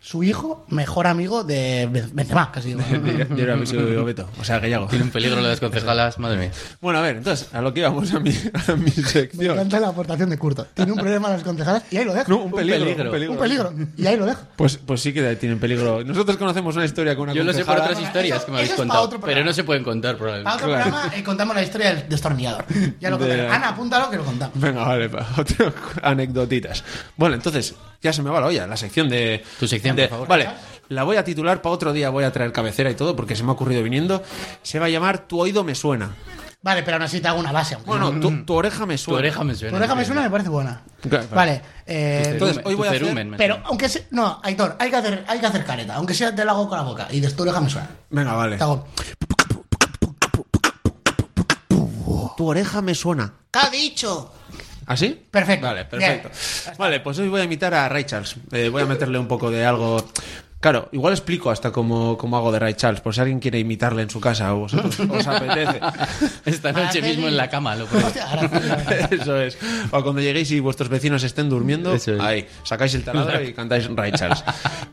S2: su hijo, mejor amigo de Ben- Benzema, casi
S4: *laughs*
S2: digo.
S4: Yo yo era amigo de Beto, o sea, Gallego.
S5: Tiene un peligro lo de las concejalas, madre mía.
S4: Bueno, a ver, entonces, a lo que íbamos a mi, a mi
S2: Me
S4: sección.
S2: encanta la aportación de Curto. Tiene un problema las concejalas y ahí lo dejo.
S4: No, un peligro,
S5: Un peligro.
S4: un peligro.
S2: Un peligro. Y ahí lo dejo.
S4: Pues, pues sí que tienen peligro. Nosotros conocemos una historia con una
S5: Yo lo sé por
S4: concejala.
S5: otras historias que me
S2: eso
S5: habéis
S2: es pa'
S5: contado,
S2: otro programa.
S5: pero no se pueden
S2: Para
S5: contar probablemente.
S2: otro
S4: Claro.
S2: programa eh, contamos la historia del destornillador. Ya lo
S4: De-
S2: contaré. Ana, apúntalo que lo contamos.
S4: Venga, vale, pa- *laughs* otro- anecdotitas. Bueno, entonces, ya se me va la olla, la sección de...
S5: Tu sección,
S4: de-
S5: por favor.
S4: Vale, la voy a titular, para otro día voy a traer cabecera y todo, porque se me ha ocurrido viniendo. Se va a llamar Tu oído me suena.
S2: Vale, pero aún así te hago una base. aunque Pues
S4: Bueno, tu, tu oreja me
S5: Mm. Tu
S4: suena.
S5: oreja me suena.
S2: Tu oreja me suena, me parece buena.
S4: Claro, claro.
S2: Vale. eh,
S4: Entonces, hoy
S5: Tu
S4: voy a hacer-
S5: cerumen me
S2: pero
S5: suena.
S2: aunque sea. No, Aitor, hay que hacer, hay que hacer careta. Aunque sea te la hago con la boca. Y de tu oreja me suena.
S4: Venga, vale.
S2: Te hago.
S4: Tu oreja me suena.
S2: ¿Qué ha dicho?
S4: ¿Así?
S2: Perfecto.
S4: Vale, perfecto. Vale, pues hoy voy a imitar a Ray Charles. Eh, voy a meterle un poco de algo. Claro, igual explico hasta cómo, cómo hago de Ray Charles, por si alguien quiere imitarle en su casa o vosotros os apetece.
S5: Esta
S2: Para
S5: noche
S2: hacer
S5: mismo
S2: el-
S5: en la cama lo ponemos.
S2: Hostia, ahora-
S4: *laughs* Eso es. O cuando lleguéis y vuestros vecinos estén durmiendo,
S5: Eso es.
S4: ahí, sacáis el taladro y cantáis Ray Charles.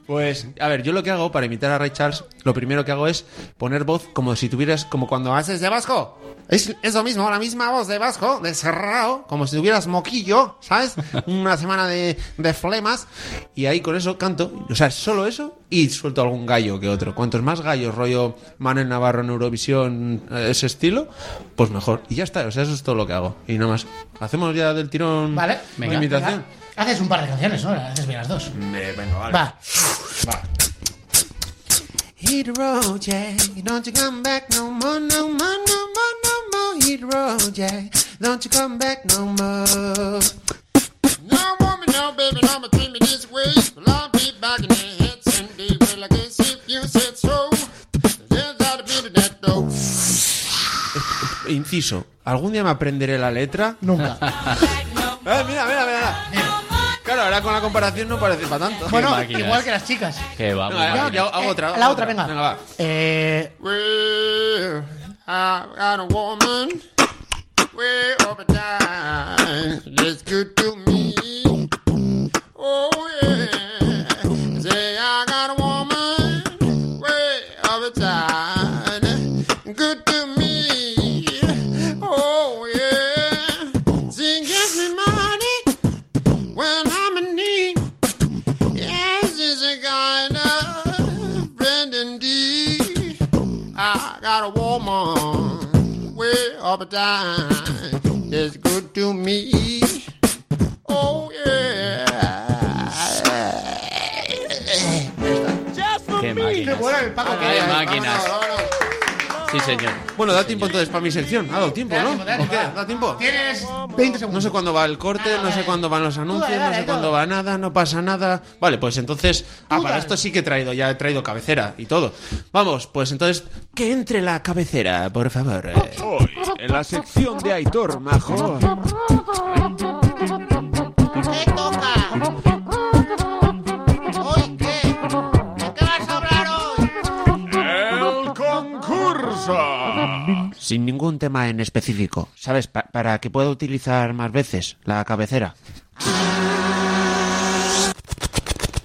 S4: Pues, a ver, yo lo que hago para imitar a Ray Charles, lo primero que hago es poner voz como si tuvieras, como cuando haces de Vasco. Es, es lo mismo, la misma voz de Vasco, de cerrado, como si tuvieras moquillo, ¿sabes? Una semana de, de flemas. Y ahí con eso canto, o sea, solo eso y suelto algún gallo que otro. Cuantos más gallos, rollo Manuel Navarro en Eurovisión, eh, ese estilo, pues mejor. Y ya está, o sea, eso es todo lo que hago. Y nada más. Hacemos ya del tirón
S2: Vale.
S4: una
S5: Venga.
S4: imitación.
S2: Haces un par de canciones, ¿no? Haces bien las dos.
S4: Eh, venga, vale.
S2: Va.
S4: Hit the road, yeah. Don't you come back no more, no more, no more, no more. Hit the road, yeah. Don't you come back no more.
S3: No woman, no baby, no treat me this way. Well, I'll be back in your head someday. Well, I guess if you said so, there's gotta be to that though.
S4: Inciso. ¿Algún día me aprenderé la letra?
S2: Nunca.
S4: *laughs* Eh, mira, mira, mira. mira. Claro, ahora con la comparación no parece para tanto.
S2: bueno,
S5: máquinas.
S2: igual que las chicas.
S5: Que vamos.
S4: Venga,
S5: madre
S4: ya, ya
S5: mía.
S4: hago otra.
S2: Eh,
S4: hago
S2: la otra, venga.
S4: Venga, va.
S2: Eh,
S3: Well, I've got a woman. Way up and down. That's good to me. Oh, yeah. Say, I got a woman. Way up and down. Good to me. Oh, yeah. She gives me money when I'm in need. Yes, it's a kind of friend indeed. I got a woman way up a time that's good to me. Oh, yeah.
S2: qué
S5: Qué máquinas.
S2: bueno el Paco que
S5: Qué
S2: era, ¿eh?
S5: máquinas. Sí, señor.
S4: Bueno, da tiempo entonces para mi sección. Ha dado tiempo,
S2: Te da
S4: ¿no?
S2: tiempo, te da tiempo,
S4: ¿O qué?
S2: va.
S4: ¿Da
S2: Tienes
S4: tiempo?
S2: 20 segundos.
S4: No sé cuándo va el corte, no sé cuándo van los anuncios,
S2: Tú dale,
S4: no sé
S2: dale,
S4: cuándo
S2: todo.
S4: va nada, no pasa nada. Vale, pues entonces. Ah, para
S2: dale.
S4: esto sí que he traído, ya he traído cabecera y todo. Vamos, pues entonces, que entre la cabecera, por favor. Eh,
S1: Hoy, en la sección de Aitor Majo,
S3: ¿Qué toca? ¿Hoy qué? ¿De qué vas a hablar hoy?
S1: el concurso.
S4: Sin ningún tema en específico, ¿sabes? Pa- para que pueda utilizar más veces la cabecera.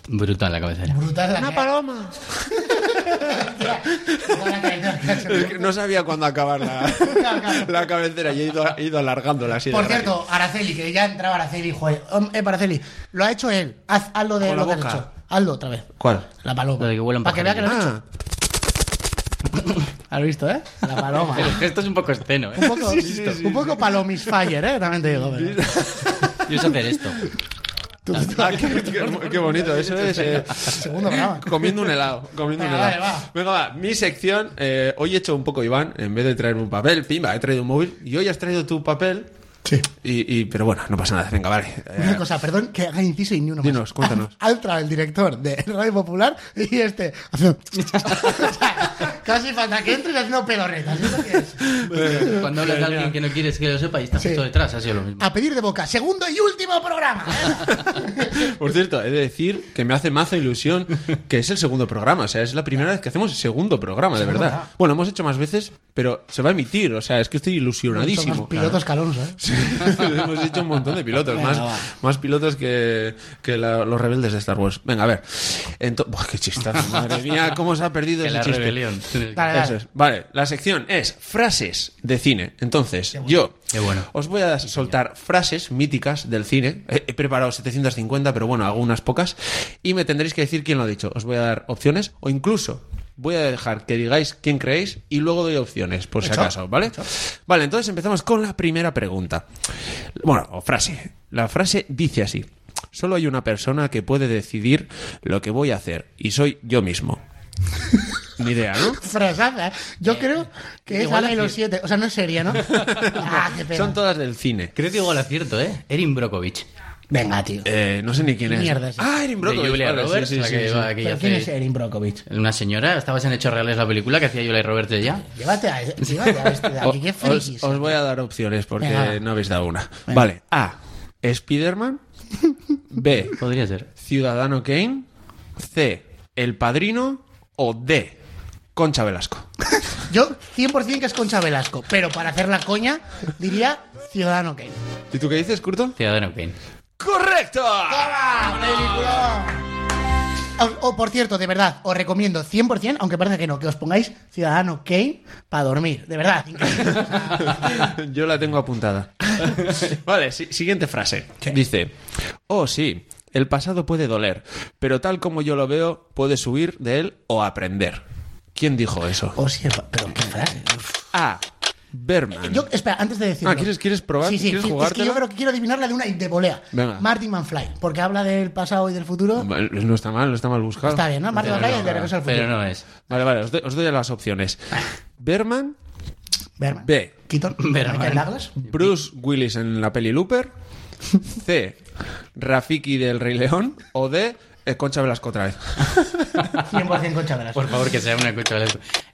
S5: Brutal la cabecera.
S2: Brutal la que-
S4: paloma!
S2: *laughs* Brutal la que-
S4: No sabía cuándo acabar *laughs* la, la cabecera y he ido, he ido alargándola así. de
S2: Por
S4: rápido.
S2: cierto, Araceli, que ya entraba Araceli, joder. Hom- Eh, para Araceli, lo ha hecho él. Haz, hazlo de
S4: Con la
S2: lo que has
S4: boca.
S2: hecho. Hazlo otra vez.
S4: ¿Cuál?
S2: La paloma.
S5: Lo de que huelen
S2: Para que vea que lo he hecho. *laughs*
S4: Ah,
S2: Has visto, ¿eh? La paloma.
S5: El gesto es un poco esteno, ¿eh?
S2: Un poco, un poco palomis fire, ¿eh? También te digo. pero-
S5: Yo sé hacer esto.
S4: ah, qué, qué- qué bonito, eso es. eh.
S2: Segundo programa.
S4: Comiendo un helado, comiendo un
S2: Venga,
S4: helado.
S2: vale, va.
S4: Venga, va, mi sección. eh, hoy he hecho un poco Iván, en vez de traerme un papel, pimba, he traído un móvil. Y hoy has traído tu papel
S2: Sí.
S4: Y, y- pero bueno, no pasa nada. Venga, vale.
S2: Una
S4: Eh,
S2: cosa, perdón que haga inciso y ni uno más.
S4: Dinos, cuéntanos.
S2: Altra, el director de Radio Popular, y este. haciendo *laughs* o sea, casi falta que entres haciendo pelorretas. ¿Eso qué es?
S5: Cuando hablas de alguien que no quieres que lo sepa y estás
S2: Sí.
S5: justo detrás, ha sido lo mismo.
S2: A pedir de boca, segundo y último programa. ¿eh?
S4: Por cierto, he de decir que me hace mazo ilusión que es el segundo programa. O sea, es la primera vez que hacemos el segundo programa, de verdad. Bueno, hemos hecho más veces, pero se va a emitir. O sea, es que estoy
S2: Son
S4: ilusionadísimo.
S2: más pilotos calones, ¿eh?
S4: *laughs* Sí, hemos hecho un montón de pilotos, más, más pilotos que, que la- los rebeldes de Star Wars. Venga, a ver. Entonces, qué chistazo, madre mía, cómo se ha perdido
S5: Que
S4: ese
S5: la
S4: chiste.
S5: rebelión.
S2: Dale, dale.
S4: Eso es. Vale, la sección es frases de cine. Entonces, yo
S5: Qué bueno.
S4: os voy a soltar frases míticas del cine. He, he preparado 750, pero bueno, hago unas pocas. Y me tendréis que decir quién lo ha dicho. Os voy a dar opciones o incluso voy a dejar que digáis quién creéis y luego doy opciones, por si
S2: Hecho.
S4: acaso, ¿vale? Vale, entonces empezamos con la primera pregunta. Bueno, o frase. La frase dice así. Solo hay una persona que puede decidir lo que voy a hacer y soy yo mismo. Ni idea, ¿no?
S2: Frasaza. Yo creo que es
S5: igual
S2: Ana y
S5: es
S2: los siete. O sea, no es seria,
S4: *laughs*
S2: ¿no? Ah, qué pena.
S4: Son todas del cine.
S5: Creo que igual acierto, ¿eh? Erin Brokovich.
S2: Venga, tío.
S4: Eh, no sé ni quién es.
S2: Mierda es esa.
S4: ah, Erin Brockovich.
S5: de Julia
S4: vale, sí,
S5: Roberts,
S4: sí,
S5: la
S4: sí,
S5: que
S4: sí.
S5: lleva aquí
S2: ¿Pero
S5: hace-
S2: quién es Erin Brockovich?
S5: Una señora, estabas en Hechos Reales la película que hacía Julia Roberts de ella.
S2: Llévate a, llévate a este de aquí, qué
S4: *laughs* O- os,
S2: frikis. ¿eh?
S4: os voy a dar opciones porque
S2: Venga, va.
S4: no habéis dado una. Vale. A. Spiderman. B.
S5: Podría ser.
S4: Ciudadano Kane. C. El Padrino. O D. Concha Velasco.
S2: Yo 100% que es Concha Velasco, pero para hacer la coña diría Ciudadano Kane.
S4: ¿Y tú qué dices, Curto?
S5: Ciudadano Kane.
S4: ¡Correcto!
S2: O, o, Oh, por cierto, de verdad, os recomiendo 100%, aunque parece que no, que os pongáis Ciudadano Kane para dormir. De verdad.
S4: *laughs*
S2: increíble.
S4: Yo la
S2: *laughs*
S4: tengo apuntada. vale, si- siguiente frase. Dice, oh sí, el pasado puede doler, pero tal como yo lo veo, puedes huir de él o aprender. ¿Quién dijo eso?
S2: O sea, Oh, pero qué frase.
S4: A. Berman.
S2: Yo, espera, antes de decirlo.
S4: Ah, ¿quieres- quieres probar?
S2: Sí, sí,
S4: ¿Quieres
S2: sí, es que
S4: jugártela?
S2: yo creo que quiero adivinar la de una de volea.
S4: Venga.
S2: Martin Manfly, porque habla del pasado y del futuro.
S4: Vale, No está mal, no está mal buscado.
S2: Está bien, ¿no? Martin
S5: Pero
S2: Manfly
S5: no,
S2: y de regreso al futuro.
S5: Pero no es.
S4: Vale, vale, os doy, os doy las opciones. Berman,
S2: Berman.
S4: B.
S2: Keaton.
S5: *laughs* Berman.
S2: Michael Douglas.
S4: Bruce Willis en la peli Looper, C. Rafiki del Rey León o D. eh, Concha Velasco otra vez. *laughs*
S2: 100% Concha Velasco.
S5: Por favor, que sea una escucha.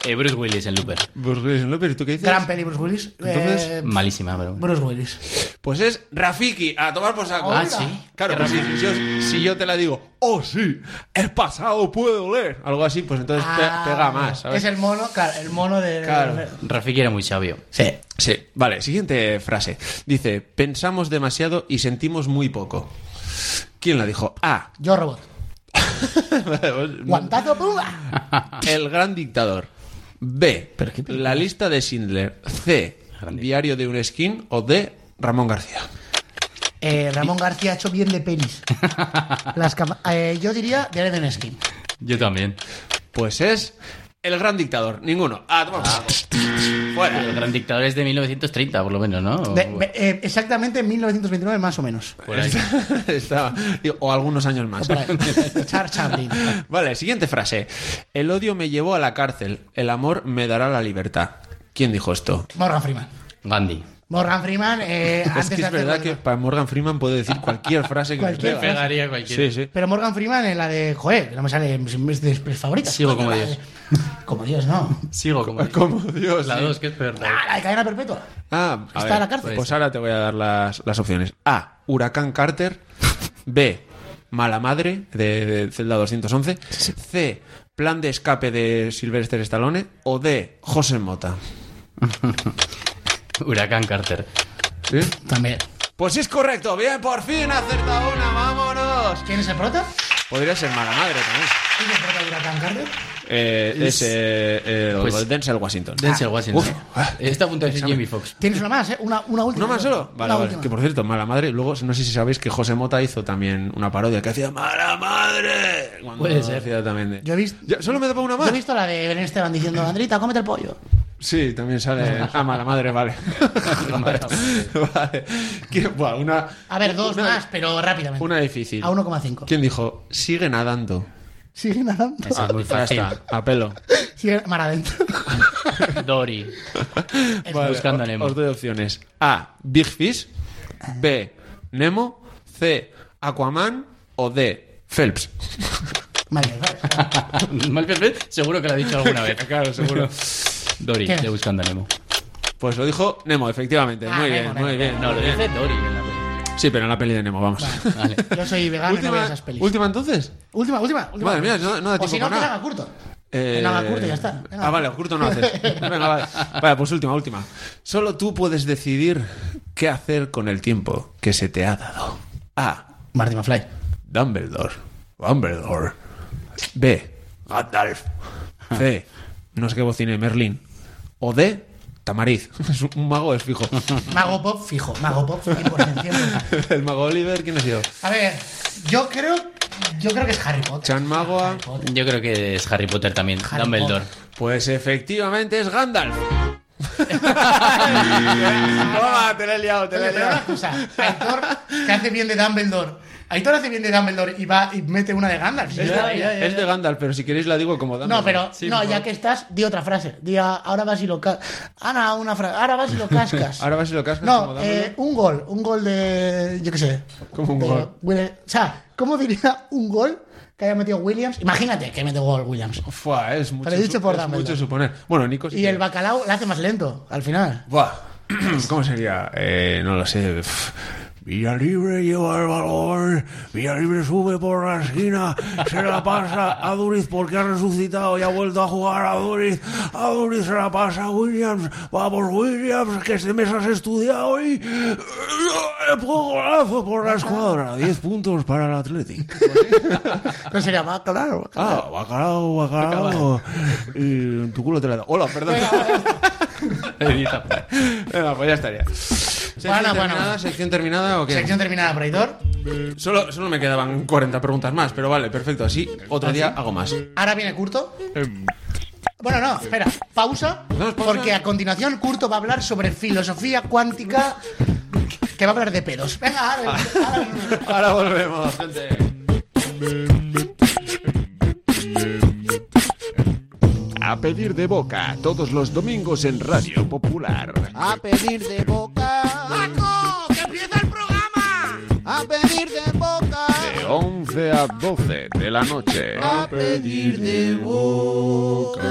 S5: Eh, Bruce Willis en Looper.
S4: Bruce Willis en Looper, ¿y tú qué dices?
S2: Gran peli Bruce Willis.
S4: Entonces,
S2: Eh,
S5: Malísima, pero bueno.
S2: Bruce Willis.
S4: Pues es Rafiki, a tomar por saco.
S5: Ah, sí.
S4: Claro, pues si, si yo, si yo te la digo, oh sí, el pasado puede doler, algo así, pues entonces pe-
S2: Ah,
S4: pega más,
S2: Es
S4: ¿sabes?
S2: el mono, claro, el mono de.
S4: Claro.
S5: Rafiki era muy sabio.
S2: Sí.
S4: Sí, vale, siguiente frase. Dice, pensamos demasiado y sentimos muy poco. ¿Quién la dijo?
S5: *laughs*
S4: A.
S2: Yo robot. Guantazo, pumba.
S4: El gran dictador. B. La lista de Schindler. C.
S5: Grande.
S4: Diario de un skin. O D. Ramón García.
S2: Eh, Ramón García ha hecho bien de
S4: *laughs*
S2: pelis. Las cama- eh, yo diría de Eden Skin.
S5: Yo también.
S4: Pues es el gran dictador. Ninguno. Ah, toma por saco. Fuera.
S5: El gran dictador es de 1930, por lo menos, ¿no?
S4: Oh,
S5: O-
S2: De- be- eh, exactamente en 1929, más o menos.
S5: por ahí.
S4: *laughs* Estaba- digo, o algunos años
S2: O
S4: más.
S2: por ahí. Charles Chaplin.
S4: *laughs* Vale, siguiente frase. El odio me llevó a la cárcel, el amor me dará la libertad. ¿Quién dijo esto?
S2: Morgan Freeman.
S5: Gandhi.
S2: Morgan Freeman, eh, antes
S4: *laughs* Es que
S2: de
S4: es
S2: hacer
S4: verdad
S2: lo-
S4: que para Morgan Freeman puede decir cualquier frase que
S2: Cualquier
S4: le pega.
S5: Pegaría cualquiera.
S4: Sí, sí.
S2: Pero Morgan Freeman en la de. Joder, que no me sale mis, mis, mis favoritas.
S5: Sigo
S2: Coño,
S5: como
S2: la
S5: Dios.
S2: de- Como Dios, no.
S5: Sigo como.
S4: Como Dios.
S5: La
S4: sí.
S5: 2, que es peor.
S2: Ah, la de cadena perpetua.
S4: Ah, a
S2: Está
S4: ver,
S2: en la cárcel.
S4: Pues ahora te voy a dar las, las opciones. A. Huracán Carter. B. Mala Madre de, de Celda 211. C. Plan de escape de Sylvester Stallone. O D. José Mota.
S5: Huracán Carter.
S4: ¿Sí?
S2: También.
S4: Pues es correcto. Bien, por fin ha acertado una. Vámonos.
S2: ¿Quién es el prota?
S4: Podría ser mala madre también.
S2: ¿Quién es el prota de Huracán Carter?
S4: Eh, es eh, eh,
S5: Pues-
S4: Denzel Washington.
S5: Denzel Washington.
S4: Uf, ah.
S5: Está a punto de ser Jamie Foxx.
S2: Tienes una más, ¿eh? Una, una última.
S4: ¿No más solo? Vale,
S2: Una
S4: vale.
S2: última.
S4: Que por cierto, Mala Madre. Luego, no sé si sabéis que José Mota hizo también una parodia que hacía Mala Madre. Cuando
S5: Puede ser.
S4: hacía también de-
S2: Yo he visto-
S4: Ya, solo me da para una
S2: Yo
S4: más.
S2: he visto la de Belén Esteban diciendo,
S4: *laughs*
S2: Andrita, cómete el pollo.
S4: Sí,
S2: *laughs*
S4: también sale. Ah, Mala Madre, vale. vale. vale. Que- buah, una,
S2: A ver, dos
S4: una-
S2: más, pero rápidamente.
S4: Una difícil.
S2: A 1,5.
S4: ¿Quién dijo? Sigue nadando.
S2: Sigue nadando.
S5: Esa es muy
S4: Ah. Ya
S5: fácil.
S4: está, a pelo.
S2: Sigue mar adentro. *laughs*
S5: Dory.
S4: Vale,
S5: *laughs* Buscando
S4: o-
S5: a Nemo.
S4: Os doy opciones. A. Big Fish. B. Nemo. C. Aquaman. O D. Phelps.
S2: Vale, vale.
S5: Mal perfil, seguro que lo ha dicho alguna vez.
S4: Claro, seguro.
S5: Dory,
S2: ¿Qué?
S5: de Buscando a Nemo.
S4: Pues lo dijo Nemo, efectivamente.
S2: Ah,
S4: muy
S2: Nemo,
S4: bien,
S2: Nemo,
S4: muy bien.
S5: No, lo dice Dory en la peli.
S4: Sí, pero en la peli de Nemo, vamos.
S5: Vale.
S2: Yo soy vegano y no veo
S4: ¿Última,
S2: esas pelis.
S4: última, entonces?
S2: Última, última, última.
S4: Madre mía, no- no da
S2: o
S4: tiempo
S2: si no,
S4: para
S2: que la
S4: nada.
S2: haga curto.
S4: Eh,
S2: Que la haga curto y ya está. Venga,
S4: Ah, vale, curto no
S2: *laughs*
S4: haces. Venga, vale. Vale, pues última, última. Solo tú puedes decidir qué hacer con el tiempo que se te ha dado. A.
S2: Marty McFly.
S4: Dumbledore. Dumbledore. B. Gandalf.
S2: Ah.
S4: C. No sé qué bocine, Merlin. O D. Tamariz. *laughs* Es un mago, es
S2: *laughs*
S4: fijo.
S2: Mago Pop, fijo. Mago Pop, 100%.
S4: El mago Oliver, ¿quién ha sido?
S2: A ver, yo creo, yo creo que es Harry Potter.
S4: Chan Magoa.
S5: Yo creo que es Harry Potter también,
S2: Harry
S5: Dumbledore.
S4: Pues efectivamente es
S2: *laughs*
S4: Gandalf. Toma, te la he liado, te la
S2: Oye,
S4: he
S2: pero una
S4: liado.
S2: cosa, Aitor, que hace bien de Dumbledore. Aitor hace bien de Dumbledore y va y mete una de Gandalf.
S4: Es
S2: Ya, ya,
S4: de,
S2: ya.
S4: es de Gandalf, pero si queréis la digo como Dumbledore.
S2: No, pero
S4: Sí,
S2: no,
S4: por
S2: ya
S4: favor.
S2: que estás, di otra frase. Di a- ahora vas y lo cascas. Ahora una frase. Ahora vas y lo
S4: *laughs*
S2: cascas.
S4: Ahora vas y lo cascas como
S2: No,
S4: Dumbledore.
S2: eh, un gol, un gol de. Yo qué sé.
S4: ¿Cómo un
S2: de
S4: gol?
S2: Will- o sea, ¿cómo diría un gol que haya metido Williams? Imagínate que mete gol Williams.
S4: Fua, es mucho,
S2: he dicho
S4: su-
S2: por
S4: es
S2: Dumbledore.
S4: mucho suponer. Bueno, Nico si
S2: Y el
S4: quieres.
S2: bacalao la hace más lento al final.
S4: Buah. *clears throat* ¿Cómo sería? Eh, no lo sé. Pff. Villa Libre lleva el valor. Villa Libre sube por la esquina. Se la pasa a Duriz porque ha resucitado y ha vuelto a jugar a Duriz. A Duriz se la pasa a Williams. Vamos, Williams, que este mes has estudiado y. eh, ¡Golazo por la escuadra! 10 puntos para el Athletic.
S2: No
S4: *laughs*
S2: sería bacalao.
S4: Ah, bacalao, bacalao. Y tu culo te la da. Hola, perdón. *laughs* Venga, pues ya estaría. Sección
S2: Bueno, bueno.
S4: terminada, sección terminada o qué?
S2: Sección terminada por Aitor.
S4: Solo, solo me quedaban 40 preguntas más, pero vale, perfecto. Así otro
S2: ¿Ah,
S4: día hago más.
S2: Ahora viene Curto. Bueno, no, espera, pausa,
S4: ¿Hacemos Em. pausa?
S2: porque a continuación Curto va a hablar sobre filosofía cuántica, que va a hablar de pedos. Venga, ahora-
S4: Ah.
S2: ahora-
S4: Ahora volvemos, gente.
S1: A pedir de boca todos los domingos en Radio Popular.
S6: A pedir de boca. ¡Paco! ¡Que empieza el programa! A pedir de boca.
S1: De 11 a 12 de la noche.
S6: A pedir de boca.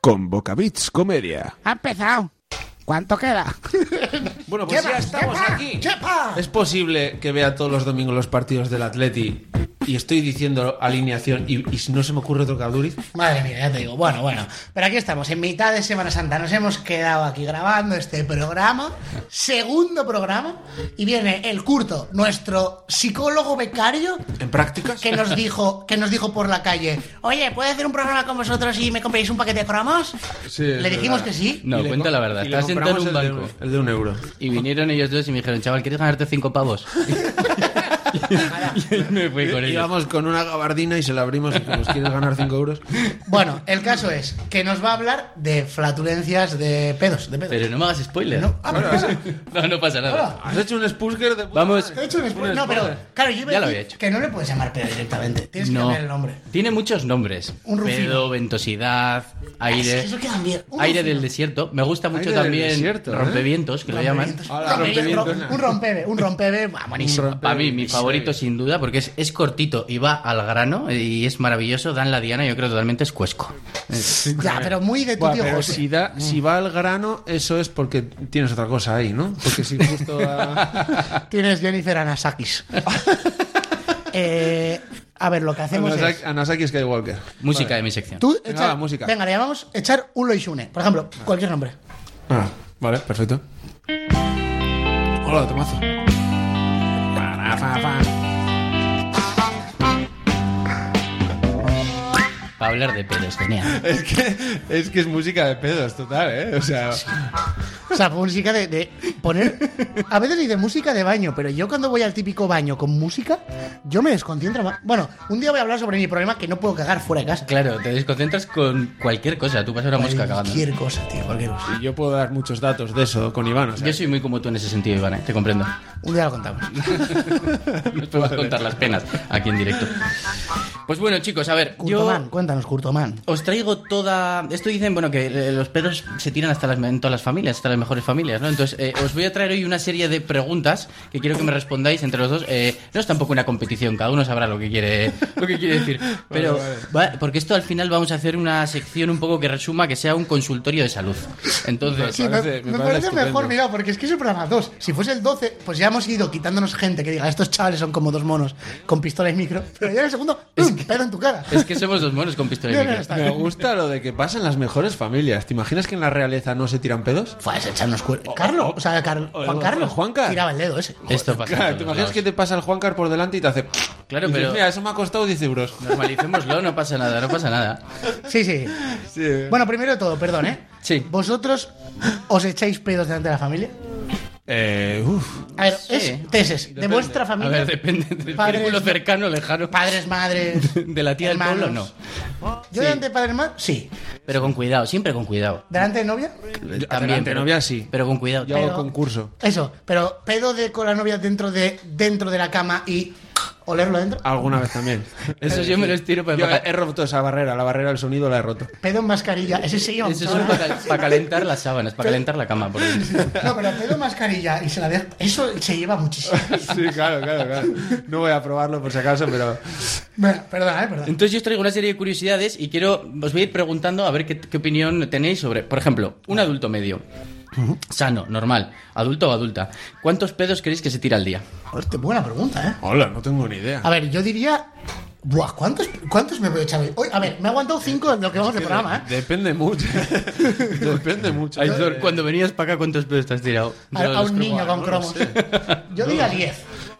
S1: Con Bocavits Comedia.
S6: Ha empezado. ¿Cuánto queda?
S4: Bueno, pues ya estamos aquí. Es posible que vea todos los domingos los partidos del Atleti y estoy diciendo alineación y, y si no se me ocurre otro que a Duriz.
S2: Madre mía, ya te digo. Bueno, bueno. Pero aquí estamos, en mitad de Semana Santa. Nos hemos quedado aquí grabando este programa, segundo programa, y viene el Curto, nuestro psicólogo becario,
S4: ¿En prácticas?
S2: que nos dijo, que nos dijo por la calle, oye, ¿puedo hacer un programa con vosotros y me compréis un paquete de cromos?
S4: Sí, es
S2: Le dijimos que
S4: verdad.
S2: sí.
S5: No,
S4: Y le
S5: cuenta
S4: com-
S5: la verdad.
S4: y le
S5: Estás sentado en un
S4: compramos el de
S5: banco.
S4: el de un euro.
S5: Y vinieron ellos dos y me dijeron, chaval, ¿quieres ganarte
S2: *laughs*
S5: cinco pavos? y me fui con ellos.
S4: Íbamos con una gabardina y se la abrimos y *laughs* dijimos, ¿quieres ganar 5 euros?
S2: Bueno, el caso es que nos va a hablar de flatulencias de pedos, de pedos.
S5: Pero no me hagas spoiler.
S2: No,
S5: No,
S2: ah, pero-
S5: no, pasa nada.
S4: Has hecho un spurger de... puta
S5: Vamos.
S4: madre.
S2: he hecho un spoiler. No, pero claro, yo iba a
S5: Ya lo
S2: decir
S5: había hecho.
S2: que no le puedes llamar pedo directamente. Tienes que
S5: No.
S2: cambiar el nombre.
S5: Tiene muchos nombres.
S2: Un rufino.
S5: Pedo, ventosidad,
S2: Es
S5: aire...
S2: que eso queda bien. Un
S5: Aire
S2: rufino.
S5: del desierto. Me gusta mucho
S4: Aire del
S5: también
S4: desierto, ¿eh?
S5: rompevientos, que lo llaman.
S2: Rompevientos.
S4: Hola,
S2: Rompevientos,
S4: rompevientos.
S2: Un rompebe, un rompebe,
S5: *laughs*
S2: ah, buenísimo.
S4: rompe-
S5: Para mí, mi
S4: Sí.
S5: favorito sin duda, porque es, es cortito y va al grano eh, y es maravilloso. Dan la diana, yo creo totalmente es cuesco.
S2: Ya, pero muy de tu
S4: Buah,
S2: tío
S4: pero
S2: José.
S4: si, da- si va al grano, eso es porque tienes otra cosa ahí, ¿no? Porque si justo *laughs* a-
S2: Tienes Jennifer
S4: *laughs*
S2: Anasakis. Eh, a ver, lo que hacemos es...
S4: Anasaki, Anasaki Skywalker.
S5: Música de mi sección.
S2: Tú
S4: Venga,
S2: echar-
S4: va, música.
S2: Venga, le llamamos echar un Loishune. Por ejemplo, cualquier nombre.
S4: Ah, vale, perfecto. Hola, Tomazo.
S5: Para hablar de pedos, genial.
S4: Es que, es que es música de pedos, total, ¿eh? O sea,
S2: O sea, música de, de poner. A veces dice música de baño, pero yo cuando voy al típico baño con música, yo me desconcentro. más. Bueno, un día voy a hablar sobre mi problema que no puedo cagar fuera de casa.
S5: Claro, te desconcentras con cualquier cosa. Tú pasas una mosca cagando.
S2: Cualquier cosa, tío, cualquier cosa.
S4: yo puedo dar muchos datos de eso con Iván, o sea,
S5: Yo soy muy como tú en ese sentido, Iván, ¿eh?
S2: *laughs*
S5: te comprendo.
S2: Un día lo contamos.
S5: Nos podemos contar las penas aquí en directo. Pues bueno, chicos, a ver, yo
S2: Curtoman, cuéntanos, Curtoman.
S5: os traigo toda. Esto dicen, bueno, que eh, los pedos se tiran hasta las, en todas las familias, hasta las mejores familias, ¿no? Entonces, eh, os voy a traer hoy una serie de preguntas que quiero que me respondáis entre los dos. Eh, no es tampoco una competición, cada uno sabrá lo que quiere, *laughs* lo que quiere decir. Pero, va- porque esto al final vamos a hacer una sección un poco que resuma que sea un consultorio de salud. Entonces,
S2: Sí, me me
S4: parece-
S2: parece,
S4: me parece estupendo.
S2: mejor, mira, porque es que es el programa 2. Si fuese el 12, pues ya hemos ido quitándonos gente que diga, estos chavales son como dos monos con pistola y micro. Pero ya en el segundo, ¡pum! pedo en tu cara.
S5: es que somos dos monos con pistola y
S2: Ya, ya
S5: micro.
S2: está.
S4: Me gusta lo de que pasan las mejores familias. ¿Te imaginas que en la realeza no se tiran pedos?
S2: Fues, echarnos cuernos. Carlos, o sea, Car-
S4: o-
S2: Juan
S4: o-
S2: Carlos.
S4: Juanca.
S2: Tiraba el dedo ese.
S5: Esto pasa. en
S4: Claro,
S5: todos
S4: ¿te imaginas
S5: lados.
S4: que te pasa el Juancar por delante y te hace.
S5: Claro,
S4: Y dices,
S5: pero-
S4: Mira, eso me ha costado 10 euros.
S5: Normalicémoslo, no pasa nada, no pasa nada.
S2: Sí, sí. Bueno, primero de todo, perdón, ¿eh?
S5: Sí.
S2: ¿Vosotros os echáis pedos delante de la familia?
S4: Eh, uf.
S2: A ver,
S5: Sí.
S2: es tesis. De vuestra
S5: A
S2: familia.
S5: ver, depende del
S2: Padres-
S5: círculo cercano, lejano.
S2: Padres, madres.
S5: De *laughs* la tía del
S2: hermanos.
S5: pueblo, no.
S2: Yo delante de padres, madres, sí.
S5: Pero con cuidado, siempre con cuidado.
S2: Delante de novia,
S4: También.
S5: También, pero-
S4: novia sí.
S5: Pero con cuidado.
S4: Yo
S2: pero-
S4: hago concurso.
S2: eso. Pero pedo de con la novia dentro de, dentro de la cama y olerlo dentro.
S4: Alguna vez también.
S5: *laughs* Eso yo er- me lo estiro para-
S4: Yo he he roto esa barrera, la barrera del sonido la he roto.
S2: Pedo en mascarilla. Ese sí, vamos,
S5: Eso es
S2: chaval.
S5: solo para, para calentar las sábanas, para calentar la cama. por ejemplo.
S2: ¿eh? No, pero pedo en mascarilla y se la deja. Eso se lleva muchísimo.
S4: *laughs* Sí, claro, claro, claro. No voy a probarlo por si acaso, pero.
S2: Bueno, perdona, ¿eh? Perdona.
S5: Entonces yo os traigo una serie de curiosidades y quiero os voy a ir preguntando a ver qué, qué opinión tenéis sobre, por ejemplo, un adulto medio. Sano, normal, adulto o adulta. ¿Cuántos pedos creéis que se tira al día?
S2: Hostia, buena pregunta, ¿eh?
S4: Hola, no tengo ni idea.
S2: A ver, yo diría. Buah, ¿cuántos, ¿cuántos me voy a echar hoy? Hoy, A ver, me he aguantado cinco en lo que vamos de programa, ¿eh?
S4: Depende mucho. *laughs* Depende mucho. Eh,
S5: Aitor, cuando venías para acá, ¿cuántos pedos te has tirado?
S2: A, a un niño con cromos. Yo diría 10.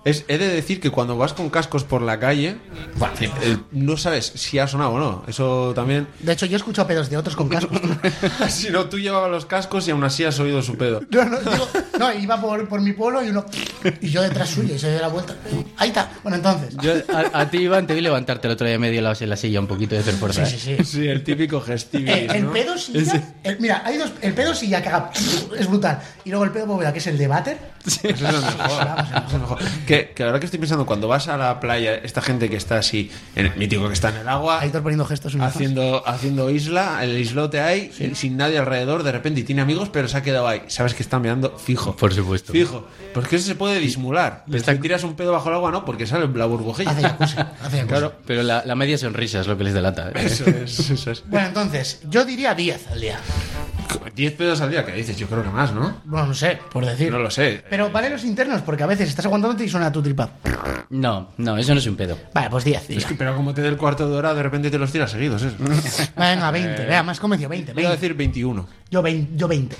S4: Es- he de decir que cuando vas con cascos por la calle, eh, no sabes si ha sonado o no. Eso también.
S2: De hecho, yo he escuchado pedos de otros con cascos.
S4: *laughs*
S2: *laughs*
S4: si no, tú llevabas los cascos y aún así has oído su pedo.
S2: No, no, digo, no, iba por, por mi pueblo y uno. Y yo detrás suyo y se dio la vuelta. Ahí está. Bueno, entonces.
S5: Yo, a, a ti, Iván, te vi levantarte el otro día medio lado en la silla, un poquito de hacer fuerza.
S2: Sí, sí,
S5: ¿eh?
S2: sí.
S4: *laughs* Sí, el típico gestivis.
S2: Eh, el
S4: ¿no?
S2: pedo silla. el- mira, hay dos. El pedo silla que haga. Es brutal. Y luego el pedo bóveda, que es el de váter.
S4: Eso es lo mejor. eso es lo mejor. Que, que la verdad que estoy pensando, cuando vas a la playa, esta gente que está así, en el mítico que está en el agua,
S2: Aitor poniendo gestos. en
S4: Ah. haciendo, haciendo isla, el islote ahí, sin nadie alrededor, de repente y tiene amigos, pero se ha quedado ahí. Sabes que está mirando fijo.
S5: Por supuesto.
S4: Fijo. Porque eso se puede disimular. Pero
S5: Está-
S4: si tiras un pedo bajo el agua, no, porque sale la burbujilla.
S2: Hace Ah,
S4: *laughs*
S2: jacuzzi. Hace jacuzzi.
S4: Claro.
S5: Pero la, la media sonrisa es lo que les delata. ¿eh?
S4: Eso es, eso es.
S2: Bueno, entonces, yo diría 10 al día.
S4: 10 pedos al día, que dices, yo creo que más, ¿no?
S2: Bueno, no sé, por decir.
S4: No lo sé.
S2: Pero vale los internos, porque a veces estás aguantándote y suena tu tripa.
S5: *laughs* No, no, eso no es un pedo.
S2: Vale, pues 10. diría.
S4: Es que, pero como te dé el cuarto de hora, de repente te los tiras
S2: *laughs*
S4: seguidos. eso.
S2: Venga, 20. Vea, más convencido, 20.
S4: Voy Eh, a
S2: 20.
S4: decir 21.
S2: Yo 20. Yo 20.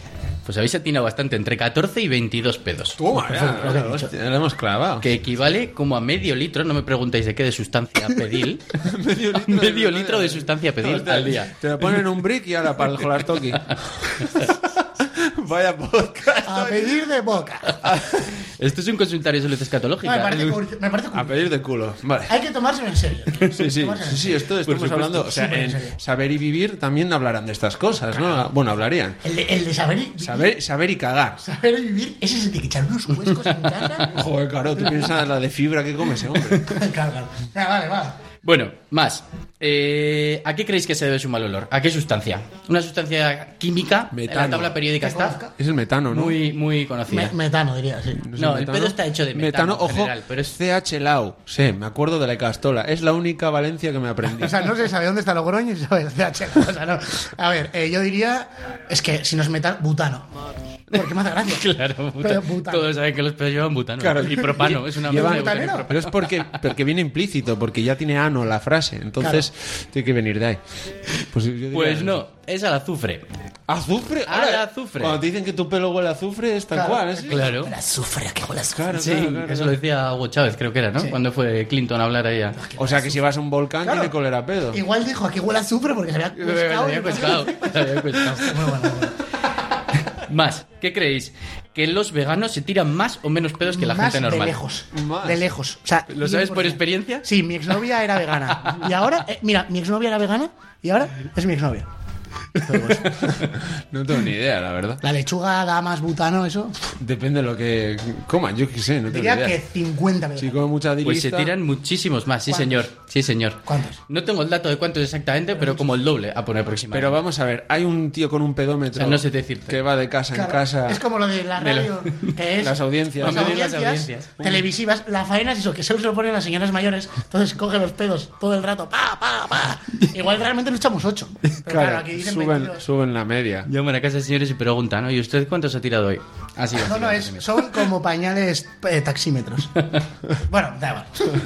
S5: Pues habéis atinado bastante, entre 14 y 22 pedos.
S4: Toma, ya, hostia, lo hemos clavado.
S5: Que equivale como a medio litro, no me preguntéis de qué, de sustancia pedil.
S4: *laughs*
S5: *laughs*
S4: Medio litro,
S5: Medio litro de sustancia pedil
S4: Hostia,
S5: al día.
S4: Te lo ponen en un brick y ahora para el
S5: *laughs*
S4: Holastoki. Vaya podcast.
S2: A pedir de
S4: *laughs*
S2: boca.
S5: Esto es un consultario de salud
S2: No, me
S5: escatológica.
S2: parece curioso. Me parece
S4: A
S2: curioso.
S4: pedir de culo. Vale.
S2: Hay que tomárselo en serio.
S4: Sí, sí,
S2: Tomárselo en
S4: sí, sí,
S2: serio.
S4: esto estamos
S5: supuesto.
S4: hablando. O sea,
S2: Súper en serio.
S4: en saber y vivir también hablarán de estas cosas, ¿no? Bueno, hablarían.
S2: El de, el de saber, y-
S4: Saber, saber y cagar.
S2: saber y vivir, ese es el de que echar unos huescos
S5: *laughs*
S2: en casa.
S4: Joder, claro, tú piensas la de fibra que come ese hombre.
S2: claro, claro. Venga, vale, vale.
S5: Bueno, más. Eh, ¿A qué creéis que se debe su mal olor? ¿A qué sustancia? Una sustancia química en la
S4: Metano.
S5: tabla periódica
S2: ¿Que
S5: está
S2: conozca?
S4: Es el metano, ¿no?
S5: muy, muy
S2: Me-
S5: conocida.
S2: metano, diría, sí.
S4: es
S5: No, el pedo está hecho de metano, en
S4: ojo,
S5: general, pero es-
S4: CH Lau. Sí, me acuerdo de la castola. Es la única Valencia que me
S5: *laughs*
S4: aprendí.
S2: O sea, no se sabe dónde está Logroño *laughs* y se sabe el CH. O sea, no. A ver, eh, yo diría. Es que si nos metan, butano. Porque me hace gracia.
S5: *laughs* Claro, buta-
S2: Pero butano.
S5: todos saben que los pedos llevan butano
S4: Claro.
S5: y propano. Es una
S4: Lleva-
S5: mezcla de butano y
S2: ¿Butanero?
S4: Pero es porque, porque viene implícito, porque ya tiene ano la frase. Entonces, tiene que venir de ahí. Pues, yo diría-
S5: Pues no, es al azufre.
S4: ¿Azufre?
S5: Al
S4: Ahora,
S5: azufre.
S4: Cuando te dicen que tu pelo huele a azufre, es tal
S2: Claro.
S4: cual. ¿eh? Sí.
S5: Claro.
S2: La azufre, que huele a azufre.
S4: Claro,
S5: Sí,
S4: claro, claro.
S5: eso lo decía Hugo Chávez, creo que era, ¿no? Cuando fue Clinton a hablar a ella.
S2: Ah,
S4: O sea, que si vas a un volcán,
S2: Claro.
S4: tiene colera pedo.
S2: Igual dijo aquí huele a azufre porque se había pescado.
S5: había costado, le
S2: *laughs*
S5: había costado.
S2: Bueno, bueno, bueno.
S5: *laughs* Más, ¿qué creéis? ¿Que los veganos se tiran más o menos pedos que la
S2: Más
S5: gente normal?
S2: De lejos.
S4: Más.
S2: De lejos. O sea,
S5: ¿Lo sabes
S2: 100%.
S5: por experiencia?
S2: *laughs* Sí, mi exnovia era vegana. Y ahora, eh, mira, mi exnovia era vegana y ahora es mi exnovia.
S4: No tengo ni idea, la verdad.
S2: La lechuga da más butano, eso.
S4: Depende de lo que coman, yo qué sé, no tengo ni
S2: Diría que
S4: idea.
S2: 50 veces.
S4: Si comen mucha
S5: Pues se
S4: dirista,
S5: tiran muchísimos más, sí señor, sí señor.
S2: ¿Cuántos?
S5: No tengo el dato de cuántos exactamente, pero como el doble a poner próxima.
S4: Pero vamos a ver, hay un tío con un pedómetro
S5: O sea, no sé decirte.
S4: que va de casa
S2: Claro,
S4: en casa.
S2: Es como lo de la
S4: de
S2: radio, que es
S4: las audiencias.
S2: las
S5: Vamos a medir
S2: audiencias
S5: las audiencias.
S2: televisivas. La faena es eso, que se lo ponen las señoras mayores, entonces coge los pedos todo el rato, pa, pa, pa. Igual realmente nos echamos 8. Pero claro,
S4: Claro,
S2: aquí dicen
S4: suben,
S2: 22.
S4: suben la media.
S5: Llaman a casa señores y preguntan, ¿no? ¿Y usted cuántos ha tirado hoy? Así
S2: Ah, No, no, es, son como pañales eh, taxímetros. bueno, da igual.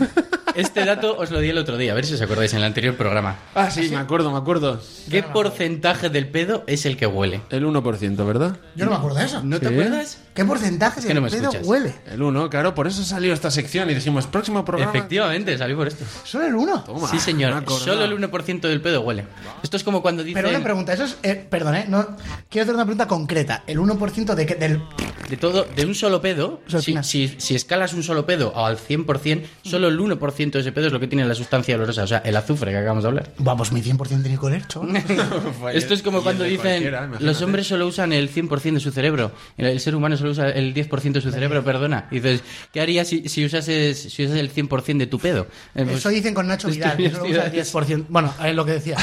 S5: Este dato os lo di el otro día, a ver si os acordáis en el anterior programa.
S4: Ah, sí, me acuerdo, me acuerdo.
S5: ¿Qué porcentaje del pedo es el que huele?
S4: El 1%, ¿verdad?
S2: Yo no me acuerdo de eso.
S5: ¿No te
S4: Sí.
S5: acuerdas?
S2: ¿Qué porcentaje
S5: que
S2: del
S5: no me
S2: pedo
S5: escuchas.
S2: huele?
S4: El 1, claro, por eso salió esta sección y dijimos, próximo programa.
S5: Efectivamente, salió por esto.
S2: Solo el 1.
S4: Toma,
S5: sí,
S4: me
S5: señor.
S4: acordaba.
S5: Solo el 1% del pedo huele. Esto es como cuando dicen
S2: Pero una pregunta, eso es. eh, perdón, ¿eh? No, quiero hacer una pregunta concreta. ¿El 1% de que, del
S5: de todo, de un solo pedo,
S2: Eso
S5: si,
S2: opina.
S5: si- si escalas un solo pedo al 100%, solo el 1% de ese pedo es lo que tiene la sustancia olorosa, o sea, el azufre que acabamos de
S4: *laughs*
S5: hablar.
S2: Vamos, mi 100% tiene que oler, chaval.
S5: *laughs*
S4: Falle-
S5: Esto es como
S4: y
S5: cuando
S4: el de
S5: dicen
S4: cualquiera, imagínate.
S5: los hombres solo usan el 100% de su cerebro, el, el ser humano solo usa el 10% de su cerebro, perdona. Y dices, ¿qué harías si, si usases, si usas el 100% de tu pedo? Eh, pues,
S2: Eso dicen con Nacho Vidal, que solo usa el 10%. Bueno, es lo que decía.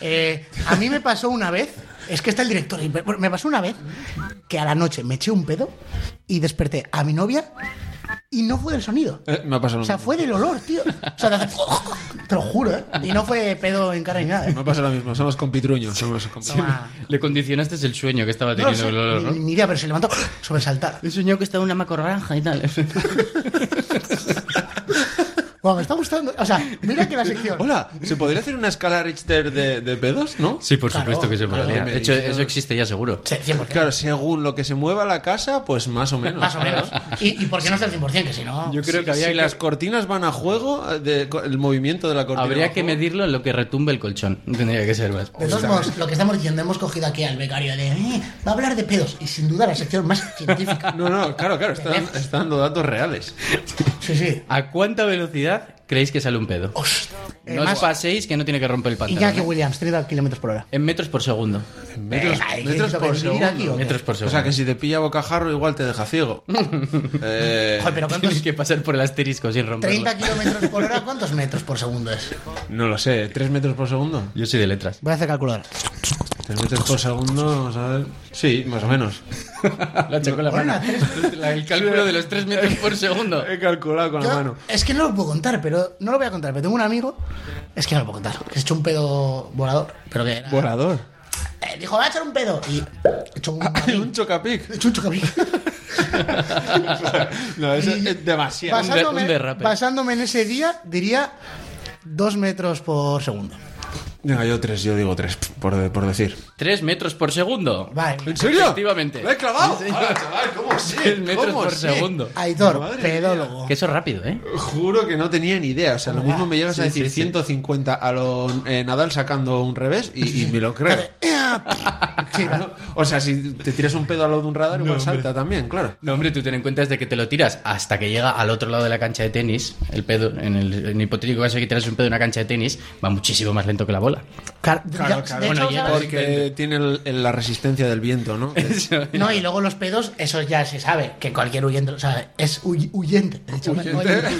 S2: Eh, a mí me pasó una vez, es que está el director, y me- bueno, me pasó una vez que a la noche me eché un pedo y desperté a mi novia y no fue del sonido.
S4: Eh, me ha pasado
S2: O
S4: lo
S2: sea,
S4: mismo.
S2: fue del olor, tío. O sea, de hacer- *laughs* te lo juro, ¿eh? Y no fue pedo en cara ni nada, ¿eh?
S4: Me ha pasado lo mismo, somos compitruños. Somos compitruños.
S2: Toma.
S5: le condicionaste el sueño que estaba
S2: No lo
S5: teniendo
S2: sé,
S5: el olor,
S2: ni,
S5: ¿no?
S2: ni idea, pero se levantó *gasps* sobresaltar.
S5: He soñado que estaba en una macorranja y tal.
S2: Guau, me está gustando. O sea, mira que la sección.
S4: Hola, ¿se podría hacer una escala Richter de, de pedos, no?
S5: *laughs* Sí, por
S2: Claro,
S5: supuesto que se
S2: claro.
S5: podría. De hecho, eso existe ya seguro.
S2: Sí, 100%.
S4: Claro, según lo que se mueva la casa, pues más o menos.
S2: Más o
S4: *laughs*
S2: menos. ¿Y, y por qué no está el 100%? Que si no.
S4: Yo creo que había si las cortinas van a juego, eh, de- co- el movimiento de la cortina. va
S5: Habría
S4: a
S5: que
S4: juego.
S5: medirlo en lo que retumbe el colchón. *laughs* Tendría que ser más.
S2: De todos modos, lo que estamos diciendo, hemos cogido aquí al becario de. "Eh, va a hablar de pedos. Y sin duda la sección más
S4: *laughs*
S2: científica.
S4: No, no, claro, claro, está, dan- está dando datos reales.
S2: Sí, sí.
S5: ¿A cuánta velocidad creéis que sale un pedo?
S2: Hostia. Eh,
S5: No os
S2: más
S5: paséis que no tiene que romper el pantalón. ¿eh?
S2: Iñaki Williams, 30 kilómetros por hora.
S5: En metros por segundo.
S4: Metros,
S2: Venga, hay
S4: metros
S2: gente
S4: por
S2: que vivir
S4: segundo. eh,
S2: aquí, ¿o qué?
S5: Metros por
S4: O
S5: segundo. *laughs*
S4: sea, que si te pilla bocajarro, igual te deja ciego. Eh,
S2: Joder, pero
S4: *laughs*
S5: Tienes
S2: ¿cuántos?
S5: que pasar por el asterisco sin romperlo.
S2: 30 kilómetros por hora, ¿cuántos metros por segundo es?
S4: no lo sé, ¿tres metros por segundo?
S5: Yo soy de
S2: *laughs*
S5: letras.
S2: Voy a hacer calculadora.
S4: ¿Tres metros por segundo? Vamos a ver. Sí, más o menos.
S5: La chocolate.
S2: Bueno,
S5: *laughs*
S2: tres-
S5: el cálculo de los 3 metros
S4: *laughs*
S5: por segundo.
S4: He calculado con
S2: Yo-
S4: la mano.
S2: es que no lo puedo contar, pero no lo voy a contar. Pero tengo un amigo, es que no lo puedo contar, que se echó un pedo volador. Pero que era.
S4: Volador.
S2: Eh, dijo, va a echar un pedo. Y echó un.
S4: *laughs* Un chocapic.
S2: echó un chocapic.
S4: No, eso
S2: Y-
S4: es demasiado.
S5: Basa-
S2: Basándome,
S5: un derrape.
S2: basándome en ese día, diría dos metros por segundo.
S4: Venga, yo tres, yo digo tres, por, de- por decir.
S5: 3 metros por segundo.
S2: Vale.
S4: serio?
S5: Efectivamente.
S4: ¿Lo he clavado?
S5: Sí, señor.
S4: Ahora, chaval, ¿cómo sí?
S5: 3 metros
S4: ¿Cómo
S5: por
S4: sí?
S5: segundo.
S2: Aitor,
S4: Madre
S2: pedólogo.
S5: Que eso es rápido, ¿eh?
S4: Juro que no tenía ni idea. O sea, lo mismo me llegas a
S5: Sí,
S4: decir
S5: sí, sí.
S4: 150 a lo eh, Nadal sacando un revés y, y me lo
S5: *laughs*
S4: creo.
S2: Sí, va.
S4: Claro. O sea, si te tiras un pedo al lado de un radar, igual salta también, claro.
S5: No, hombre, tú ten en cuenta es de que te lo tiras hasta que llega al otro lado de la cancha de tenis. El pedo, en el, en el hipotético caso de que tiras un pedo en una cancha de tenis, va muchísimo más lento que la bola.
S2: Claro, ya-
S4: claro.
S2: de hecho,
S5: Bueno, ya-
S2: ¿sabes?
S4: Porque tiene el- el- la resistencia del viento, *laughs* ¿no?
S2: No, y luego los pedos, eso ya se sabe, que cualquier huyente, o sea, es huy- huyente. De hecho, no hay-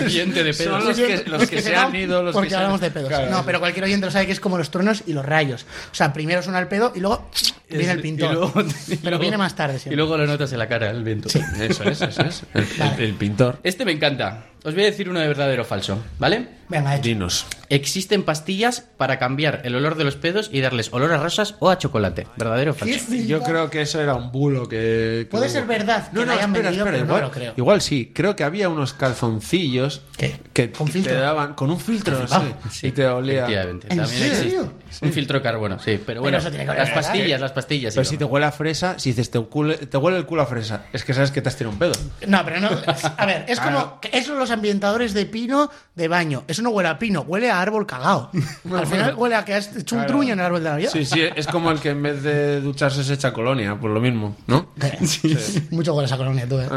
S5: Huyente de
S4: Son
S5: pedos.
S4: los que, los que se han ido, los
S2: porque
S4: que se han-
S2: hablamos de pedos.
S4: Claro.
S2: no, pero cualquier oyente lo sabe que es como los truenos y los rayos. O sea, primero suena el pedo y luego viene el pintor.
S4: *laughs*
S5: Y luego- y
S2: pero
S5: luego-
S2: viene más tarde siempre.
S5: Y luego lo notas en la cara, el viento.
S4: Eso es, eso es. El,
S2: *laughs* Vale.
S4: el pintor.
S5: Este me encanta. Os voy a decir uno de verdadero o falso, ¿vale?
S2: Venga, hecho.
S4: Dinos.
S5: Existen pastillas para cambiar el olor de los pedos y darles olor a rosas o a chocolate. ¿Verdadero o falso?
S2: Sí,
S4: Yo creo que eso era un bulo que. que
S2: Puede
S4: hubo.
S2: ser verdad que
S4: No,
S2: la
S4: no,
S2: hayan
S4: espera,
S2: vendido,
S4: espera,
S2: pero no
S4: igual,
S2: lo creo.
S4: igual sí. Creo que había unos calzoncillos
S2: ¿Qué?
S4: que
S2: ¿Con
S4: te
S2: filtro? Ah,
S4: daban con un filtro, sí,
S5: Sí,
S4: y te olía.
S5: efectivamente.
S2: ¿En
S5: También
S2: serio?
S5: existe. Un filtro de carbono, sí. Pero bueno,
S2: eso tiene que oler
S5: las
S2: a verdad,
S5: pastillas, las pastillas. y
S4: Pero
S5: broma.
S4: si te huele a fresa, si dices te, cule- te huele el culo a fresa, es que sabes que te has tirado un pedo.
S2: No, pero no. A ver, es como. que Es los ambientadores de pino de baño. Eso no huele a pino, huele a árbol
S4: *laughs*
S2: cagao. Al final huele a que has hecho un
S4: Claro.
S2: truño en el árbol de Navidad.
S4: Sí, sí, es como el que en vez de ducharse se echa colonia, por lo mismo, ¿no?
S2: *laughs* Mucho con esa colonia, tú, eh.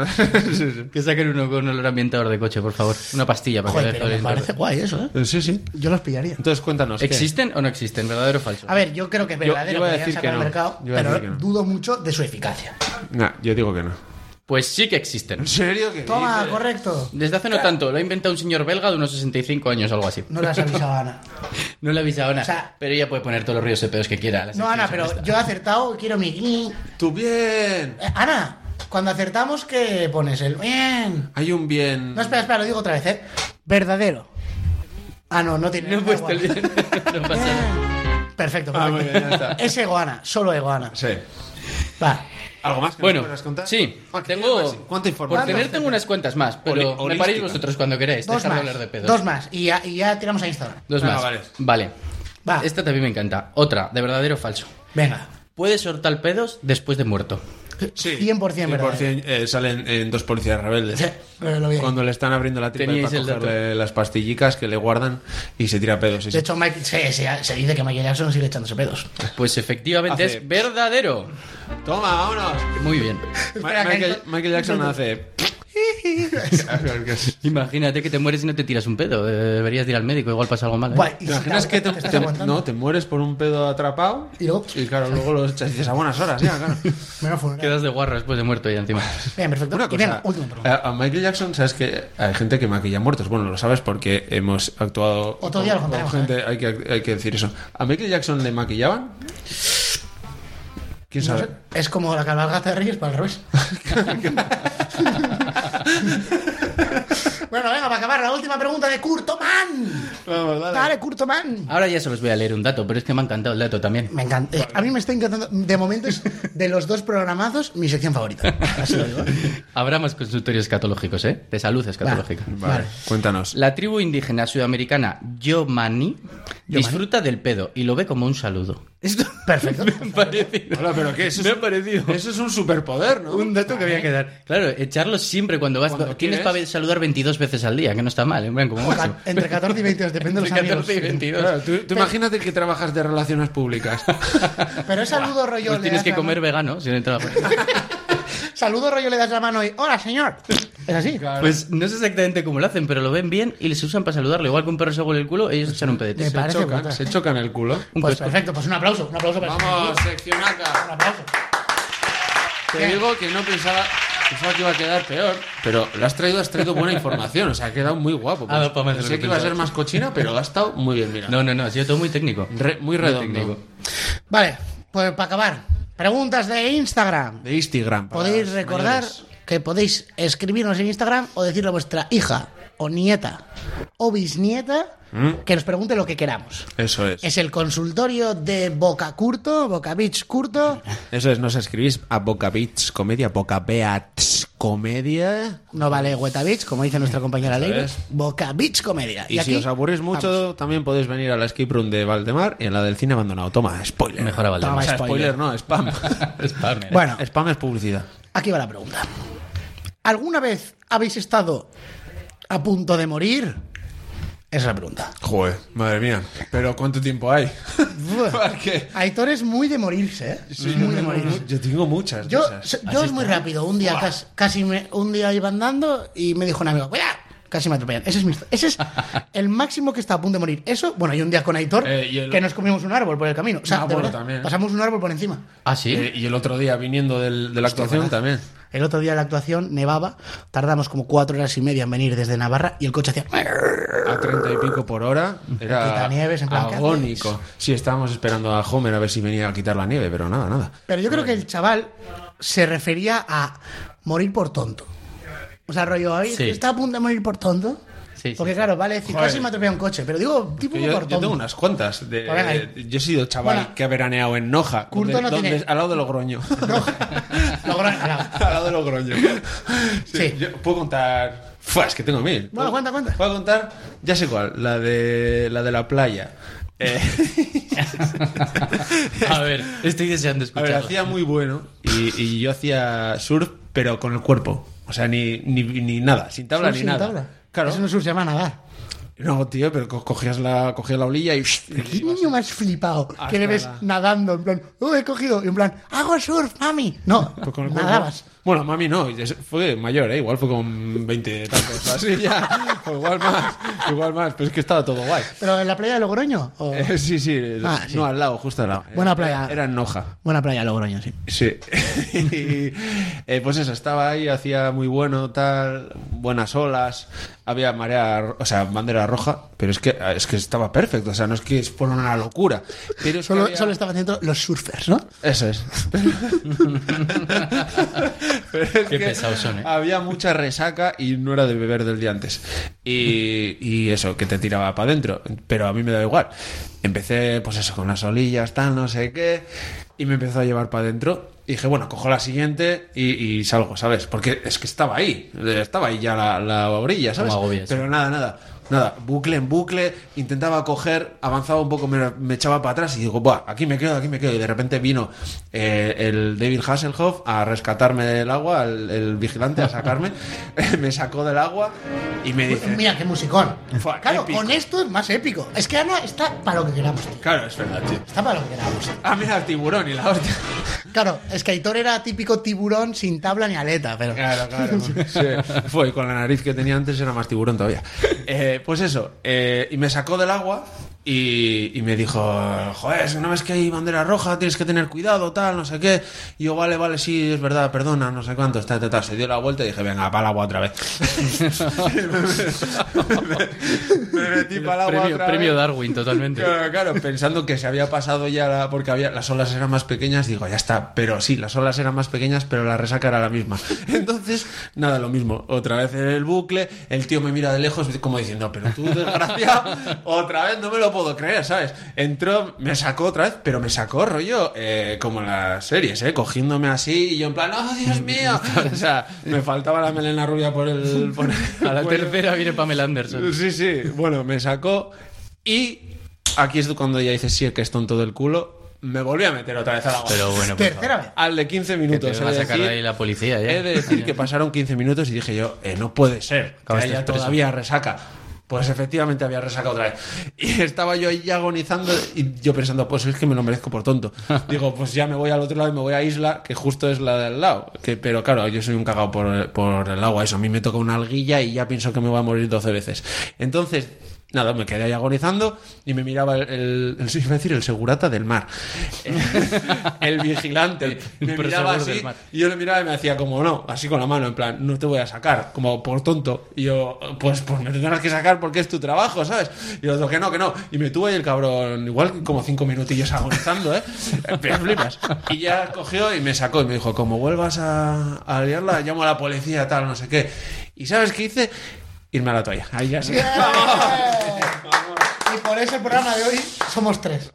S4: sí, sí.
S5: Que saquen uno con olor ambientador de coche, por favor. Una pastilla para
S2: Joder,
S5: que
S2: pero me parece guay eso, eh.
S4: Eh, Sí, sí.
S2: Yo los pillaría.
S4: Entonces cuéntanos. ¿qué?
S5: ¿Existen o no existen? ¿Verdadero o falso?
S2: A ver, yo creo que es
S4: Yo- yo
S2: verdadero
S4: iba a
S2: que deberían
S4: decir que
S2: sacar al
S4: no.
S2: mercado,
S4: Yo iba a
S2: pero
S4: decir que no.
S2: dudo mucho de su eficacia.
S4: Nah, yo digo que no.
S5: Pues sí que existen.
S4: ¿En serio? que
S2: Toma, correcto.
S5: Desde hace no tanto, lo ha inventado un señor belga de unos 65 años o algo así.
S2: No le has avisado a
S4: *laughs*
S2: Ana.
S5: No le he avisado a Ana,
S2: O sea-
S5: pero ella puede poner todos los ríos de pedos que quiera. Las
S2: No, Ana,
S5: secciones
S2: pero
S5: son
S2: yo he acertado, quiero mi.
S4: ¡Tú bien!
S2: Eh, Ana, cuando acertamos, ¿qué pones? El bien.
S4: Hay un bien.
S2: No, espera, espera, lo digo otra vez, ¿eh? Verdadero. Ah, no, no tiene.
S5: estas. No he
S2: da
S5: puesto el
S2: igual.
S5: *laughs* no pasa nada.
S2: Bien. *laughs* Perfecto, perfecto.
S4: Ah, muy bien, ya está.
S2: Es egoana, solo egoana.
S4: Sí.
S2: Va.
S4: ¿Algo más que
S5: Bueno,
S4: nos puedas contar?
S5: sí,
S4: Ah, que
S5: tengo-
S4: tienes más. ¿Cuánta
S5: Por
S4: información?
S5: tener tengo unas cuentas más,
S4: Holi-
S5: pero me paréis
S4: holística.
S5: vosotros cuando queráis.
S2: Dos
S5: dejad de
S2: más.
S5: hablar de pedos.
S2: Dos más. Y ya, y ya tiramos a Instagram.
S5: Dos
S4: Ah,
S5: más.
S4: vale.
S5: Vale.
S2: Va.
S5: Esta también me encanta. Otra, de verdadero o falso.
S2: Venga.
S5: ¿Puedes soltar pedos después de muerto?
S4: Sí.
S2: 100% verdadero.
S4: 100%, eh, salen en dos policías rebeldes.
S2: Sí, pero lo vi.
S4: Cuando le están abriendo la tripa
S5: Teníais
S4: para
S5: el dato.
S4: cogerle las pastillicas que le guardan y se tira pedos. sí, sí.
S2: De hecho, Mike, se, se- se dice que Michael Jackson sigue echándose pedos.
S5: Pues efectivamente
S4: Hace-
S5: es verdadero.
S4: Toma, vámonos.
S5: Muy bien.
S4: Ma-
S2: Espera, que
S4: Michael,
S2: esto-
S4: Michael Jackson hace.
S5: Imagínate que te mueres y no te tiras un pedo. Eh, deberías de ir al médico, igual pasa algo mal. ¿eh?
S2: Guay. y
S4: ¿Te
S2: si
S4: imaginas que te,
S2: estás
S4: te-
S2: aguantando.
S4: no, te mueres por un pedo atrapado?
S2: Y luego-
S4: claro, luego lo echas y dices a buenas horas, ya,
S2: *laughs*
S4: claro.
S2: Menos funeral.
S5: Quedas de guarro después de muerto ya encima.
S2: Bien, perfecto.
S4: Una
S2: Y
S4: cosa, Eh,
S2: venga, última pregunta.
S4: a, a Michael Jackson, sabes que hay gente que maquilla muertos. Bueno, lo sabes porque hemos actuado.
S2: Otro día lo
S4: con- con
S2: contaremos, ¿eh?
S4: gente, hay, que, hay que decir eso. ¿A Michael Jackson le maquillaban? ¿Quién
S2: No
S4: sabe?
S2: sé, es como la cabalgata de Reyes, para al
S5: *laughs*
S2: revés. bueno, venga, para acabar, la última pregunta de Kurtoman.
S4: Vamos, dale.
S2: Dale, Kurtoman.
S5: Ahora ya se los voy a leer un dato, pero es que me ha encantado el dato también.
S2: *laughs* Me encanta. eh, A mí me está encantando. De momento es de los dos programazos mi sección favorita. Así lo digo.
S5: Habrá más consultorios escatológicos, ¿eh? De salud escatológica.
S4: Vale,
S2: Vale.
S4: cuéntanos.
S5: La tribu indígena sudamericana Yomani disfruta del pedo y lo ve como un saludo. Esto
S2: *laughs* Perfecto.
S5: me ha parecido.
S4: Hola, pero ¿qué? Eso es
S5: me ha
S4: un-
S5: parecido.
S4: Eso es un superpoder, ¿no?
S5: *laughs* Un dato que voy a quedar. Claro, echarlos siempre cuando vas.
S4: Cuando
S5: tienes
S4: quieres.
S5: para saludar 22 veces al día, que no está mal, en plan, como máximo.
S2: Entre 14 y 22, depende de los
S5: Entre 14 y
S2: amigos.
S5: 22.
S4: Claro, tú, tú imagínate que trabajas de relaciones públicas.
S2: Pero es saludo rollo.
S5: Pues
S2: le
S5: tienes
S2: das
S5: que
S2: la
S5: comer
S2: mano-
S5: vegano si
S4: *laughs*
S5: no entras a la puerta.
S2: Saludo rollo, le das la mano y. ¡Hola, señor! Es así.
S5: Pues no sé exactamente cómo lo hacen, pero lo ven bien y les usan para saludarlo. Igual que un perro se huele el culo, ellos echan un pedete.
S2: Me
S4: se,
S2: parece
S4: chocan,
S2: brutal.
S4: se chocan el culo.
S5: Un
S2: Pues
S5: cosco.
S2: perfecto, pues un aplauso. Un aplauso para
S4: Vamos,
S2: Un
S4: seccionaca.
S2: aplauso.
S4: Te
S2: Bien.
S4: digo que no pensaba, pensaba que iba a quedar peor, pero lo has traído, has traído buena información, o sea, ha quedado muy guapo.
S5: Ha dado pa' más de lo
S4: Pensé
S5: que
S4: que iba a ser
S5: pensaba.
S4: más cochina, pero ha estado muy bien, mira.
S5: No, no, no, ha sido todo muy técnico.
S4: Re- muy redondo.
S5: técnico.
S2: Vale, pues para acabar, preguntas de Instagram.
S4: De Instagram. para
S2: Podéis
S4: los
S2: recordar
S4: mayores.
S2: que podéis escribirnos en Instagram o decirle a vuestra hija o nieta o bisnieta
S4: ¿Mm?
S2: que nos pregunte lo que queramos.
S4: Eso es.
S2: Es el consultorio de Boca Curto, Boca Beach Curto.
S4: Eso es, nos escribís a Boca Beats Comedia, Boca Beats Comedia.
S2: No vale Hueta Beach, como dice nuestra compañera
S4: Eso
S2: Leire.
S4: es.
S2: Boca Beach Comedia.
S4: Y, si os aburrís mucho,
S2: vamos.
S4: también podéis venir a la escape room de Valdemar y a la del cine abandonado. Toma, spoiler.
S5: Mejor a Valdemar.
S4: O sea,
S2: Toma,
S4: spoiler, no, spam.
S5: Spam, eh.
S2: *laughs* Bueno,
S4: spam es publicidad.
S2: aquí va la pregunta. ¿Alguna vez habéis estado a punto de morir? Esa es la pregunta.
S4: Joder, madre mía. Pero ¿cuánto tiempo hay? ¿Por *laughs* qué?
S2: Aitor es muy de morirse, ¿eh? es muy de morirse.
S4: Yo tengo muchas. de
S2: Yo,
S4: esas.
S2: so- yo es muy rápido. Un día casi, casi me- un día iba andando y me dijo un amigo, cuidado, casi me atropellan. Ese es, mi histo- ese
S4: *laughs*
S2: es el máximo que está a punto de morir. Eso, bueno, y un día con Aitor
S4: Eh, y el-
S2: que nos comimos un árbol por el camino. O sea,
S4: Ah,
S2: de
S4: bueno,
S2: verdad,
S4: también.
S2: pasamos un árbol por encima.
S5: Ah, sí.
S4: Eh, y el otro día viniendo del- de la actuación también.
S2: El otro día de la actuación nevaba, tardamos como cuatro horas y media en venir desde Navarra y el coche hacía...
S4: A treinta y pico por hora. Era
S2: Quitanieves, en plan, ¿qué
S4: agónico. Sí, estábamos esperando a Homer a ver si venía a quitar la nieve, pero nada, nada.
S2: Pero yo creo que el chaval se refería a morir por tonto. O sea, rollo, "Ay,
S5: Sí.
S2: ¿está a punto de morir por tonto?
S5: Sí, sí,
S2: Porque
S5: sí.
S2: claro, vale decir,
S4: Joder.
S2: casi me atropella un coche, pero digo, tipo
S4: Que
S2: por
S4: Yo, yo
S2: tonto.
S4: tengo
S2: *laughs*
S4: unas cuantas. de-
S2: Pues venga,
S4: de-
S2: ahí.
S4: yo he sido chaval
S2: Bueno.
S4: que ha veraneado en Noja,
S2: Curto
S4: donde-
S2: no
S4: donde-
S2: tiene.
S4: al lado
S2: *laughs*
S4: de Logroño.
S2: Lo gran- claro.
S4: *laughs* al lado de
S2: *laughs*
S4: Logroño. Sí,
S2: Sí.
S4: yo puedo contar. Fua, es que tengo mil.
S2: Bueno, cuenta, cuenta.
S4: Puedo contar, ya sé cuál, la de la, de la playa.
S5: *laughs*
S4: Eh,
S2: *laughs*
S5: A ver, estoy deseando
S4: A ver,
S5: escucharlo.
S4: hacía muy bueno y, y yo hacía surf, pero con el cuerpo. O sea, ni, ni, ni nada, sin tabla
S2: Surf
S4: ni
S2: sin
S4: nada.
S2: tabla.
S4: Claro.
S2: Eso no surf, se llama nadar.
S4: No, tío, pero co- cogías la, cogías la olilla y.
S2: ¿Qué niño más flipado
S4: Ah,
S2: que le ves
S4: nada.
S2: nadando? En plan, oh, he cogido. Y en plan, hago surf, mami. No,
S4: Pues con el cuerpo.
S2: nadabas.
S4: Bueno, mami no, y eso fue mayor, ¿eh? igual fue con 20 tantos, *laughs* así ya, o igual más, igual más, pero es que estaba todo guay.
S2: ¿Pero en la playa de Logroño? o-
S4: Eh, sí, sí,
S2: Oh. Ah, sí.
S4: no al lado, justo al lado.
S2: Buena
S4: Era-
S2: playa.
S4: Era en Noja.
S2: Buena playa de Logroño, sí.
S4: Sí. *laughs* Y, eh, pues eso, estaba ahí, hacía muy bueno, tal, buenas olas, había marea, ro- o sea, bandera roja, pero es que, es que estaba perfecto, o sea, no es que fuera una locura, pero es que
S2: Solo,
S4: había-
S2: solo estaban dentro los surfers, ¿no?
S4: Eso *laughs* es. Pero es
S5: Qué
S4: que
S5: pesados son, ¿eh?
S4: Había mucha resaca y no era de beber del día antes. Y, y eso, que te tiraba para adentro. Pero a mí me da igual. Empecé, pues eso, con las olillas, tal, no sé qué. Y me empezó a llevar para adentro. Y dije, bueno, cojo la siguiente y, y salgo, ¿sabes? Porque es que estaba ahí. Estaba ahí ya la, la orilla, ¿sabes?
S5: Como agobias.
S4: Pero nada, nada. Nada, bucle en bucle, intentaba coger, avanzaba un poco, me, me echaba para atrás y digo, Buah, aquí me quedo, aquí me quedo. Y de repente vino eh, el David Hasselhoff a rescatarme del agua, el, el vigilante a sacarme, *laughs* me sacó del agua y me dice...
S2: Mira, qué musicón.
S4: Fua,
S2: Claro,
S4: épico.
S2: con esto es más épico. Es que Ana está para lo que queramos, tío.
S4: Claro, es verdad, tío.
S2: Está para lo que queramos.
S4: Ah, mira el tiburón y la hostia.
S2: Claro, es que Aitor era típico tiburón sin tabla ni aleta, pero.
S4: Claro, claro. Sí, fue, y con la nariz que tenía antes era más tiburón todavía. Eh, pues eso, eh, y me sacó del agua y, y me dijo, joder, no ves que hay bandera roja, tienes que tener cuidado, tal, no sé qué. Y yo, vale, vale, sí, es verdad, perdona, no sé cuánto, está, Se dio la vuelta y dije, venga, para el agua
S5: *laughs*
S4: otra vez. *laughs* me, me- me metí para el agua
S5: premio,
S4: otra
S5: premio
S4: vez. *laughs*
S5: Darwin, totalmente.
S4: Claro, claro, pensando que se había pasado ya la- porque había las olas eran más pequeñas, digo, ya está, pero sí, las olas eran más pequeñas, pero la resaca era la misma. *laughs* Entonces, nada, lo mismo, otra vez en el bucle, el tío me mira de lejos como diciendo, pero tú desgraciado, *laughs* otra vez no me lo puedo creer, ¿sabes? Entró, me sacó otra vez, pero me sacó rollo eh, como en las series, ¿eh? Cogiéndome así y yo en plan, "Oh,
S5: *laughs*
S4: Dios mío." *laughs* O sea, me faltaba la melena rubia por el por el
S5: *laughs* A la
S4: cuello.
S5: tercera viene Pamela Anderson.
S4: Sí, sí. Bueno, me sacó y aquí es cuando ya dices, sí, que es tonto del culo. Me volví a meter otra vez al agua.
S5: Pero bueno, por
S2: Tercera
S4: *laughs*
S2: vez.
S4: Al de 15 minutos.
S5: Te
S4: he
S5: va a
S4: de
S5: sacar de
S4: decir.
S5: ahí la policía ¿eh? ya.
S4: He de decir que pasaron 15 minutos y dije yo, eh, no puede ser, que
S5: Acabaste
S4: haya
S5: preso.
S4: todavía resaca. Pues efectivamente había resaca otra vez. Y *laughs* estaba yo ahí agonizando y yo pensando, pues es que me lo merezco por
S5: *laughs*
S4: tonto. Digo, pues ya me voy al otro lado y me voy a Isla, que justo es la del lado. Que, pero claro, yo soy un cagao por, por el agua, eso. A mí me toca una alguilla y ya pienso que me voy a morir 12 veces. Entonces, nada, me quedé ahí agonizando y me miraba el, el, el- *laughs* iba a decir, el segurata del
S5: *laughs*
S4: mar. El vigilante.
S5: El
S4: Me
S5: proseguro
S4: miraba
S5: del
S4: así
S5: mar.
S4: y yo le miraba y me decía como no, así con la mano, en plan, no te voy a sacar, como por tonto. Y yo, pues, pues me tendrás que sacar porque es tu trabajo, ¿sabes? Y yo, que no, que no. Y me tuvo ahí el cabrón, igual como cinco minutillos agonizando, ¿eh? *laughs* Pero flipas. Y ya cogió y me sacó y me dijo, como vuelvas a, a liarla, llamo a la policía, tal, no sé qué. ¿Y sabes qué hice? Irme a la toalla. Ahí ya sí.
S2: Y por eso el programa de hoy somos tres.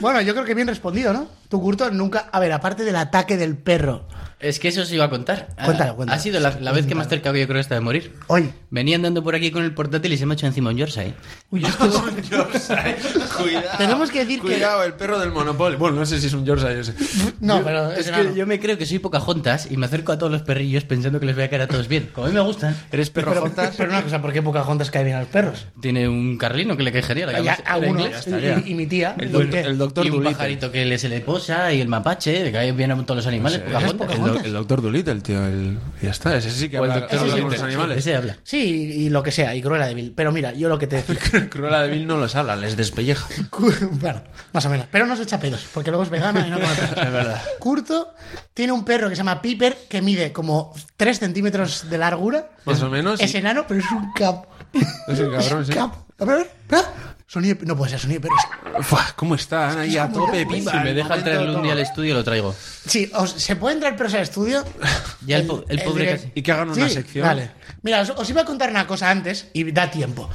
S2: Bueno, yo creo que bien respondido, ¿no? Tu curto nunca. A ver, aparte del ataque del perro.
S5: Es que eso os iba a contar. Ha-
S2: Cuéntalo, cuéntalo.
S5: Ha sido la, la vez que más cerca yo creo está de morir.
S2: Hoy.
S5: Venía andando por aquí con el portátil y se me ha hecho encima un Yorkshire.
S2: *laughs* Uy, esto es-
S4: *laughs* Yorkshire. Cuidado.
S2: Tenemos que decir que-
S4: Cuidado, el perro del Monopoly. Bueno, no sé si es un Yorkshire ese.
S2: No, pero
S5: Es
S2: es
S5: que
S2: enano.
S5: yo me creo que soy pocajontas y me acerco a todos los perrillos pensando que les voy a caer a todos bien. Como a mí me gustan.
S4: ¿Eres perro
S2: Pero, pero una cosa, ¿por qué Pocahontas cae bien a los perros?
S5: Tiene un carlino que le cae genial.
S2: Ya,
S5: además era
S2: a uno.
S5: inglés.
S2: Y, y mi tía.
S4: El,
S2: ¿por
S4: doc-
S2: qué?
S4: el doctor
S5: y un
S4: Dolittle.
S5: pajarito que le se le posa y el mapache, le cae bien a todos los animales.
S4: El,
S5: Pocahontas.
S4: do- el doctor Dolittle, tío. El, ya está, ese sí que
S5: O el
S4: habla,
S5: doctor
S4: habla con
S5: Dolittle.
S4: los animales.
S5: Ese habla.
S2: Sí, y, y lo que sea, y Cruella de Vil. Pero mira, yo lo que te decía.
S4: *laughs* Cruella de Vil no los habla, les despelleja.
S2: bueno, más o menos. Pero no se echa pedos, porque luego es vegana y no come pedos.
S4: *laughs* Es verdad.
S2: Curto tiene un perro que se llama Piper, que mide como 3 centímetros de largura.
S4: Más o menos.
S2: Es
S4: sí.
S2: enano, pero es un capo.
S4: Es un cabrón, sí.
S2: Capo. A ver, a ver, a ver. Sonido, de- no puede ser sonido de perros.
S4: Fua, ¿Cómo están ahí a tope, pipa?
S5: Si me dejan traerlo un día al estudio, lo traigo.
S2: Sí, os- se pueden traer perros al estudio.
S5: Ya el po- el pobre
S2: direct-
S5: casi.
S4: Y que hagan una sección.
S2: Vale. Mira, os, os iba a contar una cosa antes y da tiempo.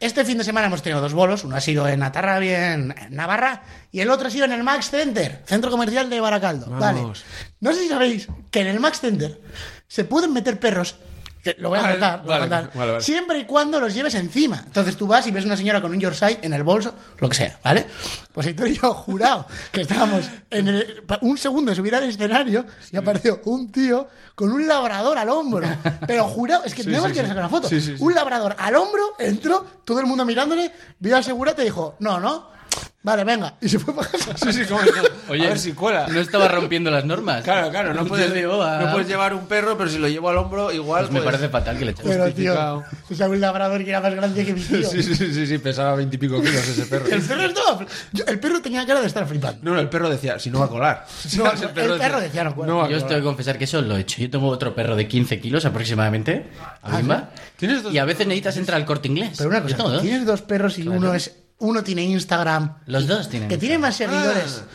S2: Este fin de semana hemos tenido dos bolos. Uno ha sido en Atarrabia, en en Navarra, y el otro ha sido en el Max Center, centro comercial de Baracaldo.
S4: Vamos.
S2: Vale. No sé si sabéis que en el Max Center se pueden meter perros Te- Lo voy a
S4: Vale,
S2: contar. lo voy a
S4: vale,
S2: contar.
S4: vale, vale.
S2: Siempre y cuando los lleves encima. Entonces tú vas y ves una señora con un yorkshire en el bolso, lo que sea, ¿vale? Pues Héctor y yo jurado que estábamos en el- pa- un segundo de subir al escenario y apareció un tío con un labrador al hombro. Pero jurado, es que tenemos
S4: *laughs* sí,
S2: que
S4: sí.
S2: sacar una foto.
S4: Sí, sí, sí.
S2: Un labrador al hombro, entró, todo el mundo mirándole, vio al segura y dijo, no, no, vale, venga. Y se fue para casa.
S4: *laughs* Sí, sí, cómo *laughs* no.
S5: Oye,
S4: a ver si cuela.
S5: No estaba rompiendo las normas.
S4: Claro, claro, no
S5: Yo
S4: puedes,
S5: digo, ah,
S4: no puedes llevar un perro, pero si lo llevo al hombro, igual.
S5: pues me
S4: pues-
S5: parece fatal que le echaras.
S2: Pero tío,
S4: justificado.
S2: o sea, un labrador que era más grande que mi tío.
S4: *laughs* Sí, sí, sí, sí, pesaba veintipico kilos ese perro.
S2: El perro estaba fl- yo- el perro tenía cara de estar flipando.
S4: *laughs* No, no, el perro decía, *laughs* si no va a colar.
S2: No, el perro decía, no cuela.
S4: va a
S5: Yo os
S4: colar.
S5: tengo que confesar que eso lo he hecho. Yo tengo otro perro de 15 kilos aproximadamente. A Bimba.
S4: ¿Tienes dos?
S5: Y a veces necesitas entrar al corte inglés.
S2: Ah, Pero una
S5: Yo
S2: cosa,
S5: tengo dos.
S2: tienes dos perros y uno es uno tiene Instagram.
S5: Los dos tienen.
S2: Que tiene más seguidores. *laughs*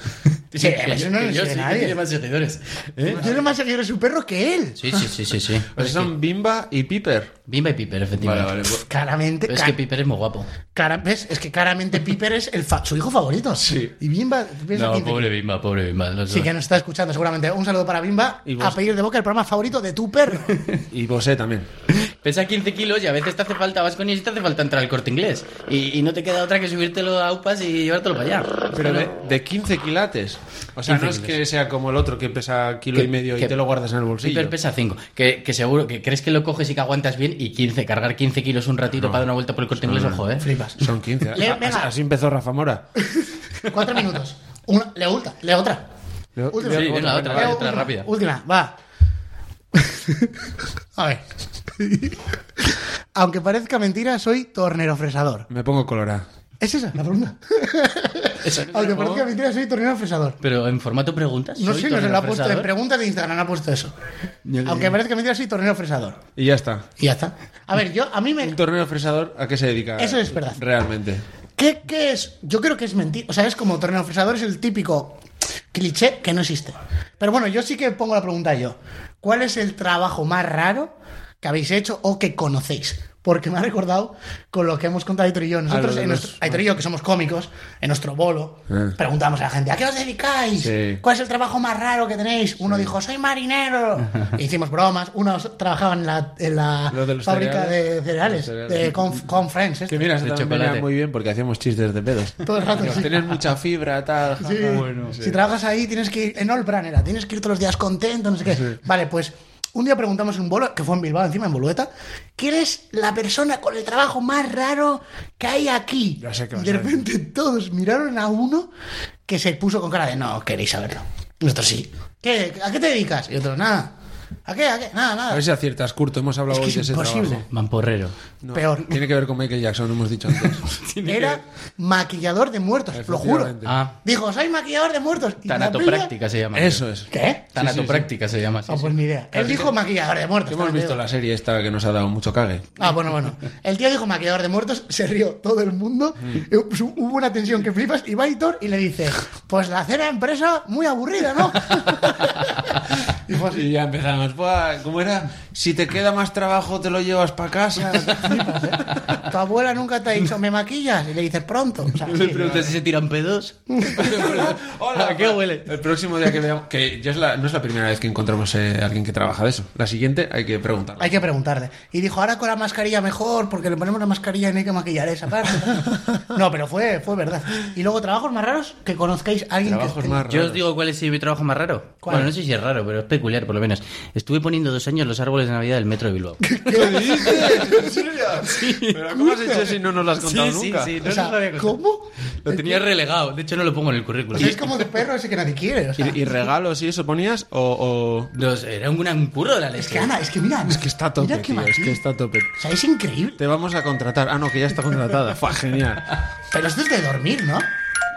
S2: Sí,
S5: Que
S2: eso no
S5: yo-
S2: lo
S5: que
S2: sigue
S5: yo sí, que
S2: nadie.
S5: Tiene más seguidores.
S2: ¿Eh? Tiene más seguidores su perro que él.
S5: Sí, sí, sí,
S2: *laughs*
S5: sí. sí.
S4: Pues son Bimba y Piper.
S5: Bimba y Piper, efectivamente.
S4: pues,
S2: Claramente,
S5: Pero es
S2: ca-
S5: que Piper es muy guapo.
S2: cara- ¿ves? Es que claramente Piper es el fa- su hijo favorito.
S4: Sí.
S2: Y Bimba, piensa
S5: No,
S2: 15.
S5: pobre Bimba, pobre Bimba. los
S2: Sí,
S5: dos.
S2: que nos está escuchando seguramente. Un saludo para Bimba.
S4: Y vos-
S2: A pedir de boca el programa favorito de tu
S5: *laughs*
S2: perro.
S4: Y Bosé también.
S5: Pesa 15 kilos y a veces te hace falta, vas con ellos y te hace falta entrar al corte inglés. Y, y no te queda otra que subírtelo a UPAs y llevártelo para allá.
S4: Pero de, de 15 quilates. O sea,
S5: 15
S4: no es
S5: kilos.
S4: que sea como el otro que pesa kilo
S5: Que-
S4: y medio y
S5: que-
S4: te lo guardas en el bolsillo.
S5: Piper pesa 5. Que, que seguro que crees que lo coges y que aguantas bien y 15, cargar 15 kilos un ratito para dar una vuelta por el corte inglés, ojo, eh.
S2: Flipas.
S4: Son
S2: *laughs*
S4: 15.
S2: Le-
S4: Ah,
S2: venga.
S4: Así empezó Rafa Mora.
S2: Cuatro minutos. Una, le ulta, le otra.
S4: Le-
S2: Última.
S5: Sí, venga, otra,
S2: Leo,
S5: vale, otra
S2: última,
S5: rápida.
S2: Última, va. *laughs* A ver. Aunque parezca mentira, soy tornero fresador.
S4: Me pongo colorado.
S2: ¿Es esa la pregunta? Aunque parezca mentira, soy tornero fresador.
S5: Pero en formato preguntas.
S2: No
S5: soy
S2: sé, no se
S5: tornero
S2: lo ha puesto. En
S5: fresador.
S2: preguntas de Instagram ha puesto eso. Aunque parezca mentira, soy tornero fresador.
S4: Y ya está.
S2: Y ya está. A ver, yo, a mí me.
S4: ¿Un torneo fresador a qué se dedica?
S2: Eso es verdad.
S4: Realmente.
S2: ¿Qué, qué es? Yo creo que es mentira. O sea, es como torneo fresador, es el típico cliché que no existe. Pero bueno, yo sí que pongo la pregunta yo. ¿Cuál es el trabajo más raro que habéis hecho o que conocéis? Porque me ha recordado con lo que hemos contado Aitor y yo.
S4: Ah, lo
S2: Nosotros,
S4: de
S2: en
S4: los-
S2: nuestro- Aitor y yo, que somos cómicos, en nuestro bolo,
S4: Eh.
S2: preguntamos a la gente, ¿a qué os dedicáis?
S4: Sí.
S2: ¿Cuál es el trabajo más raro que tenéis? Uno dijo, soy marinero.
S4: *laughs*
S2: E hicimos bromas. Unos trabajaban en la, en la
S4: Lo de los
S2: fábrica
S4: cereales.
S2: de cereales,
S4: Los cereales.
S2: de Conf- Conference.
S4: Que
S2: esto.
S4: mira, eso
S5: De
S4: también venía
S5: chocolate.
S4: muy bien porque hacíamos chistes de pedos.
S2: ¿eh? *laughs* Todo el
S4: *laughs*
S2: rato, sí.
S4: Tienes mucha fibra, tal.
S2: Sí.
S4: jaja. Bueno,
S2: Si trabajas ahí, tienes que ir en All Brand era, tienes que ir todos los días contento, no sé qué. Vale, pues un día preguntamos en un bolo, que fue en Bilbao, encima en Bolueta, ¿quién es la persona con el trabajo más raro que hay aquí?
S4: Ya sé qué
S2: y
S4: vas
S2: de
S4: a decir.
S2: repente todos miraron a uno que se puso con cara de no, queréis saberlo. Nosotros sí. ¿Qué? ¿A qué te dedicas? Y otros, nada. ¿A qué? ¿A qué? Nada,
S4: A
S2: nada.
S4: ver si aciertas, Curto. Hemos
S2: Es
S4: hablado
S2: que
S4: hoy
S2: es
S4: de ese
S2: imposible.
S4: trabajo.
S5: Mamporrero.
S4: No,
S2: Peor.
S4: Tiene que ver con Michael Jackson, hemos dicho antes.
S5: *laughs*
S2: Era maquillador de muertos, lo juro.
S4: Efectivamente.
S5: Ah,
S2: Dijo, soy maquillador de muertos. Y la
S5: tanatopráctica se llama.
S4: Eso es.
S2: ¿Qué?
S5: Tanatopráctica se llama. sí,
S2: Ah,
S5: sí.
S2: pues ni idea. Él dijo maquillador de muertos.
S4: Hemos
S2: también
S4: visto
S2: digo.
S4: la serie esta que nos ha dado mucho cague.
S2: Ah, bueno, bueno. El tío dijo maquillador de muertos, se rió todo el mundo.
S4: Mm.
S2: y Hubo una tensión que flipas y va Hitor y le dice, pues la cena empresa muy aburrida,
S4: *laughs*
S2: ¿no?
S4: Y, ya empezamos. Buah, ¿Cómo era? Si te queda más trabajo, te lo llevas
S2: *laughs*
S4: para casa.
S2: ¿eh? Tu abuela nunca te ha dicho, me maquillas y le dices pronto.
S4: *laughs*
S2: O sea, sí.
S5: Preguntas si se tiran pedos.
S4: Hola,
S5: ¿A qué huele?
S4: El próximo día que veamos. Que ya es la- no es la primera vez que encontramos eh, a alguien que trabaja de eso. La siguiente hay que preguntar.
S2: Hay que preguntarle. Y dijo, ahora con la mascarilla mejor, porque le ponemos la mascarilla y no hay que maquillar esa
S4: *laughs*
S2: parte. No, pero fue, fue verdad. Y luego, trabajos más raros que conozcáis a alguien
S4: Trabajos
S2: que...
S4: más
S5: Yo
S4: raros.
S5: os digo cuál es mi trabajo más raro.
S2: ¿Cuál?
S5: Bueno, no sé si es raro, pero es peculiar por lo menos. Estuve poniendo dos años los árboles de Navidad del metro
S2: *laughs*
S5: de Bilbao.
S4: ¿Qué dices? ¿En serio? ¿Pero cómo has hecho si no nos lo has contado nunca?
S2: O sea, ¿cómo?
S5: Lo tenía relegado. De hecho, no lo pongo en el currículum.
S2: O sea, es como de perro ese que nadie quiere. o sea.
S4: ¿Y, y regalos y eso ponías? ¿O.? o-
S5: Los- era un gran curro de la
S2: Es que
S5: leche.
S2: Ana, es que mira.
S4: Es que está a tope,
S2: mira qué
S4: tío. Es
S2: maravilla.
S4: que está a tope.
S2: O sea, es increíble.
S4: Te vamos a contratar. Ah, no, que ya está
S2: *laughs*
S4: contratada. Fua, genial.
S2: Pero esto es de dormir, ¿no?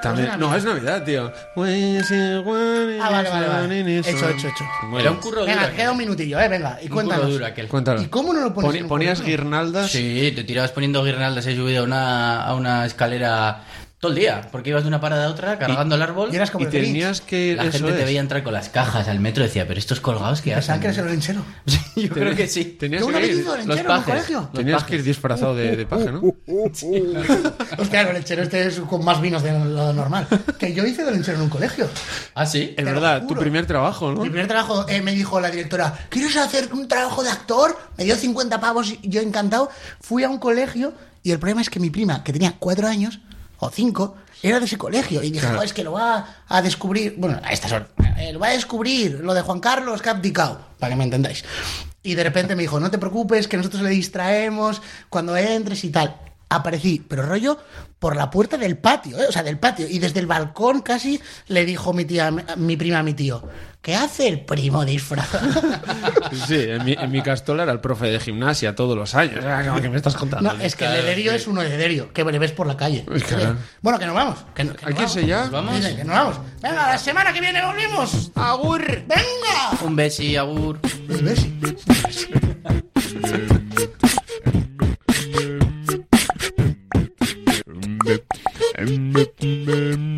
S4: También-
S2: Pues
S4: no, es Navidad, tío. Ah,
S2: Ah, vale, vale, vale. Hecho, hecho, hecho.
S5: Era un curro duro.
S2: Venga,
S5: aquel.
S2: queda un minutillo, eh, venga. Y
S5: Un curro duro
S2: cuéntanos.
S5: aquel.
S4: Cuéntalo.
S2: ¿Y cómo no lo pones
S4: Poni-
S2: en un
S4: ¿Ponías
S2: currículum?
S4: guirnaldas?
S5: Sí, te tirabas poniendo guirnaldas. He subido a una, a una escalera Todo el día, porque ibas de una parada a otra cargando el árbol.
S2: Y eras como
S4: Y
S2: el Grinch.
S4: tenías que.
S5: La
S4: eso
S5: gente te
S4: es.
S5: veía entrar con las cajas al metro y decía, pero estos colgados que
S2: Pensaban
S5: hacen.
S2: que eras el lonchero. *laughs*
S5: Yo creo que sí.
S4: Tenías
S2: Yo una
S4: que
S2: vez
S4: ir,
S2: hice
S5: los
S2: lonchero en el
S5: pajes.
S2: colegio. Uh,
S4: tenías que ir disfrazado de, de paje, ¿no?
S2: Hostia, el lonchero este es con más vinos de lo normal. Que yo hice de lonchero en un colegio.
S5: Ah, sí.
S4: Es
S2: lo
S4: verdad, tu
S2: juro.
S4: primer trabajo, ¿no?
S2: *laughs* Mi primer trabajo eh, me dijo la directora, ¿quieres hacer un trabajo de actor? Me dio 50 pavos y yo encantado. Fui a un colegio y el problema es que mi prima, que tenía cuatro años o cinco, era de ese colegio. Y dije, "Jo, es que lo va a descubrir, bueno, a estas horas, eh, lo va a descubrir, lo de Juan Carlos que ha abdicado, para que me entendáis. Y de repente me dijo, no te preocupes, que nosotros le distraemos cuando entres y tal. Aparecí, pero rollo por la puerta del patio, ¿eh? o sea, del patio. Y desde el balcón casi le dijo mi tía, mi prima a mi tío, ¿qué hace el primo *laughs* disfrazado?
S4: Sí, en mi, en mi castola era el profe de gimnasia todos los años. Ah, no, ¿Qué me estás contando?
S2: No, es que el Lederio es uno de Lederio, que le ves por la calle.
S4: Uy, caramba.
S2: Bueno, que nos vamos. Que, no- que
S4: Hay
S2: nos
S4: que irse ya.
S5: Vamos.
S2: Dice, que nos vamos. Venga, la semana que viene volvemos. ¡Agur! ¡Venga!
S5: Un besi, agur.
S2: Pues Messi.
S7: Mm-hmm.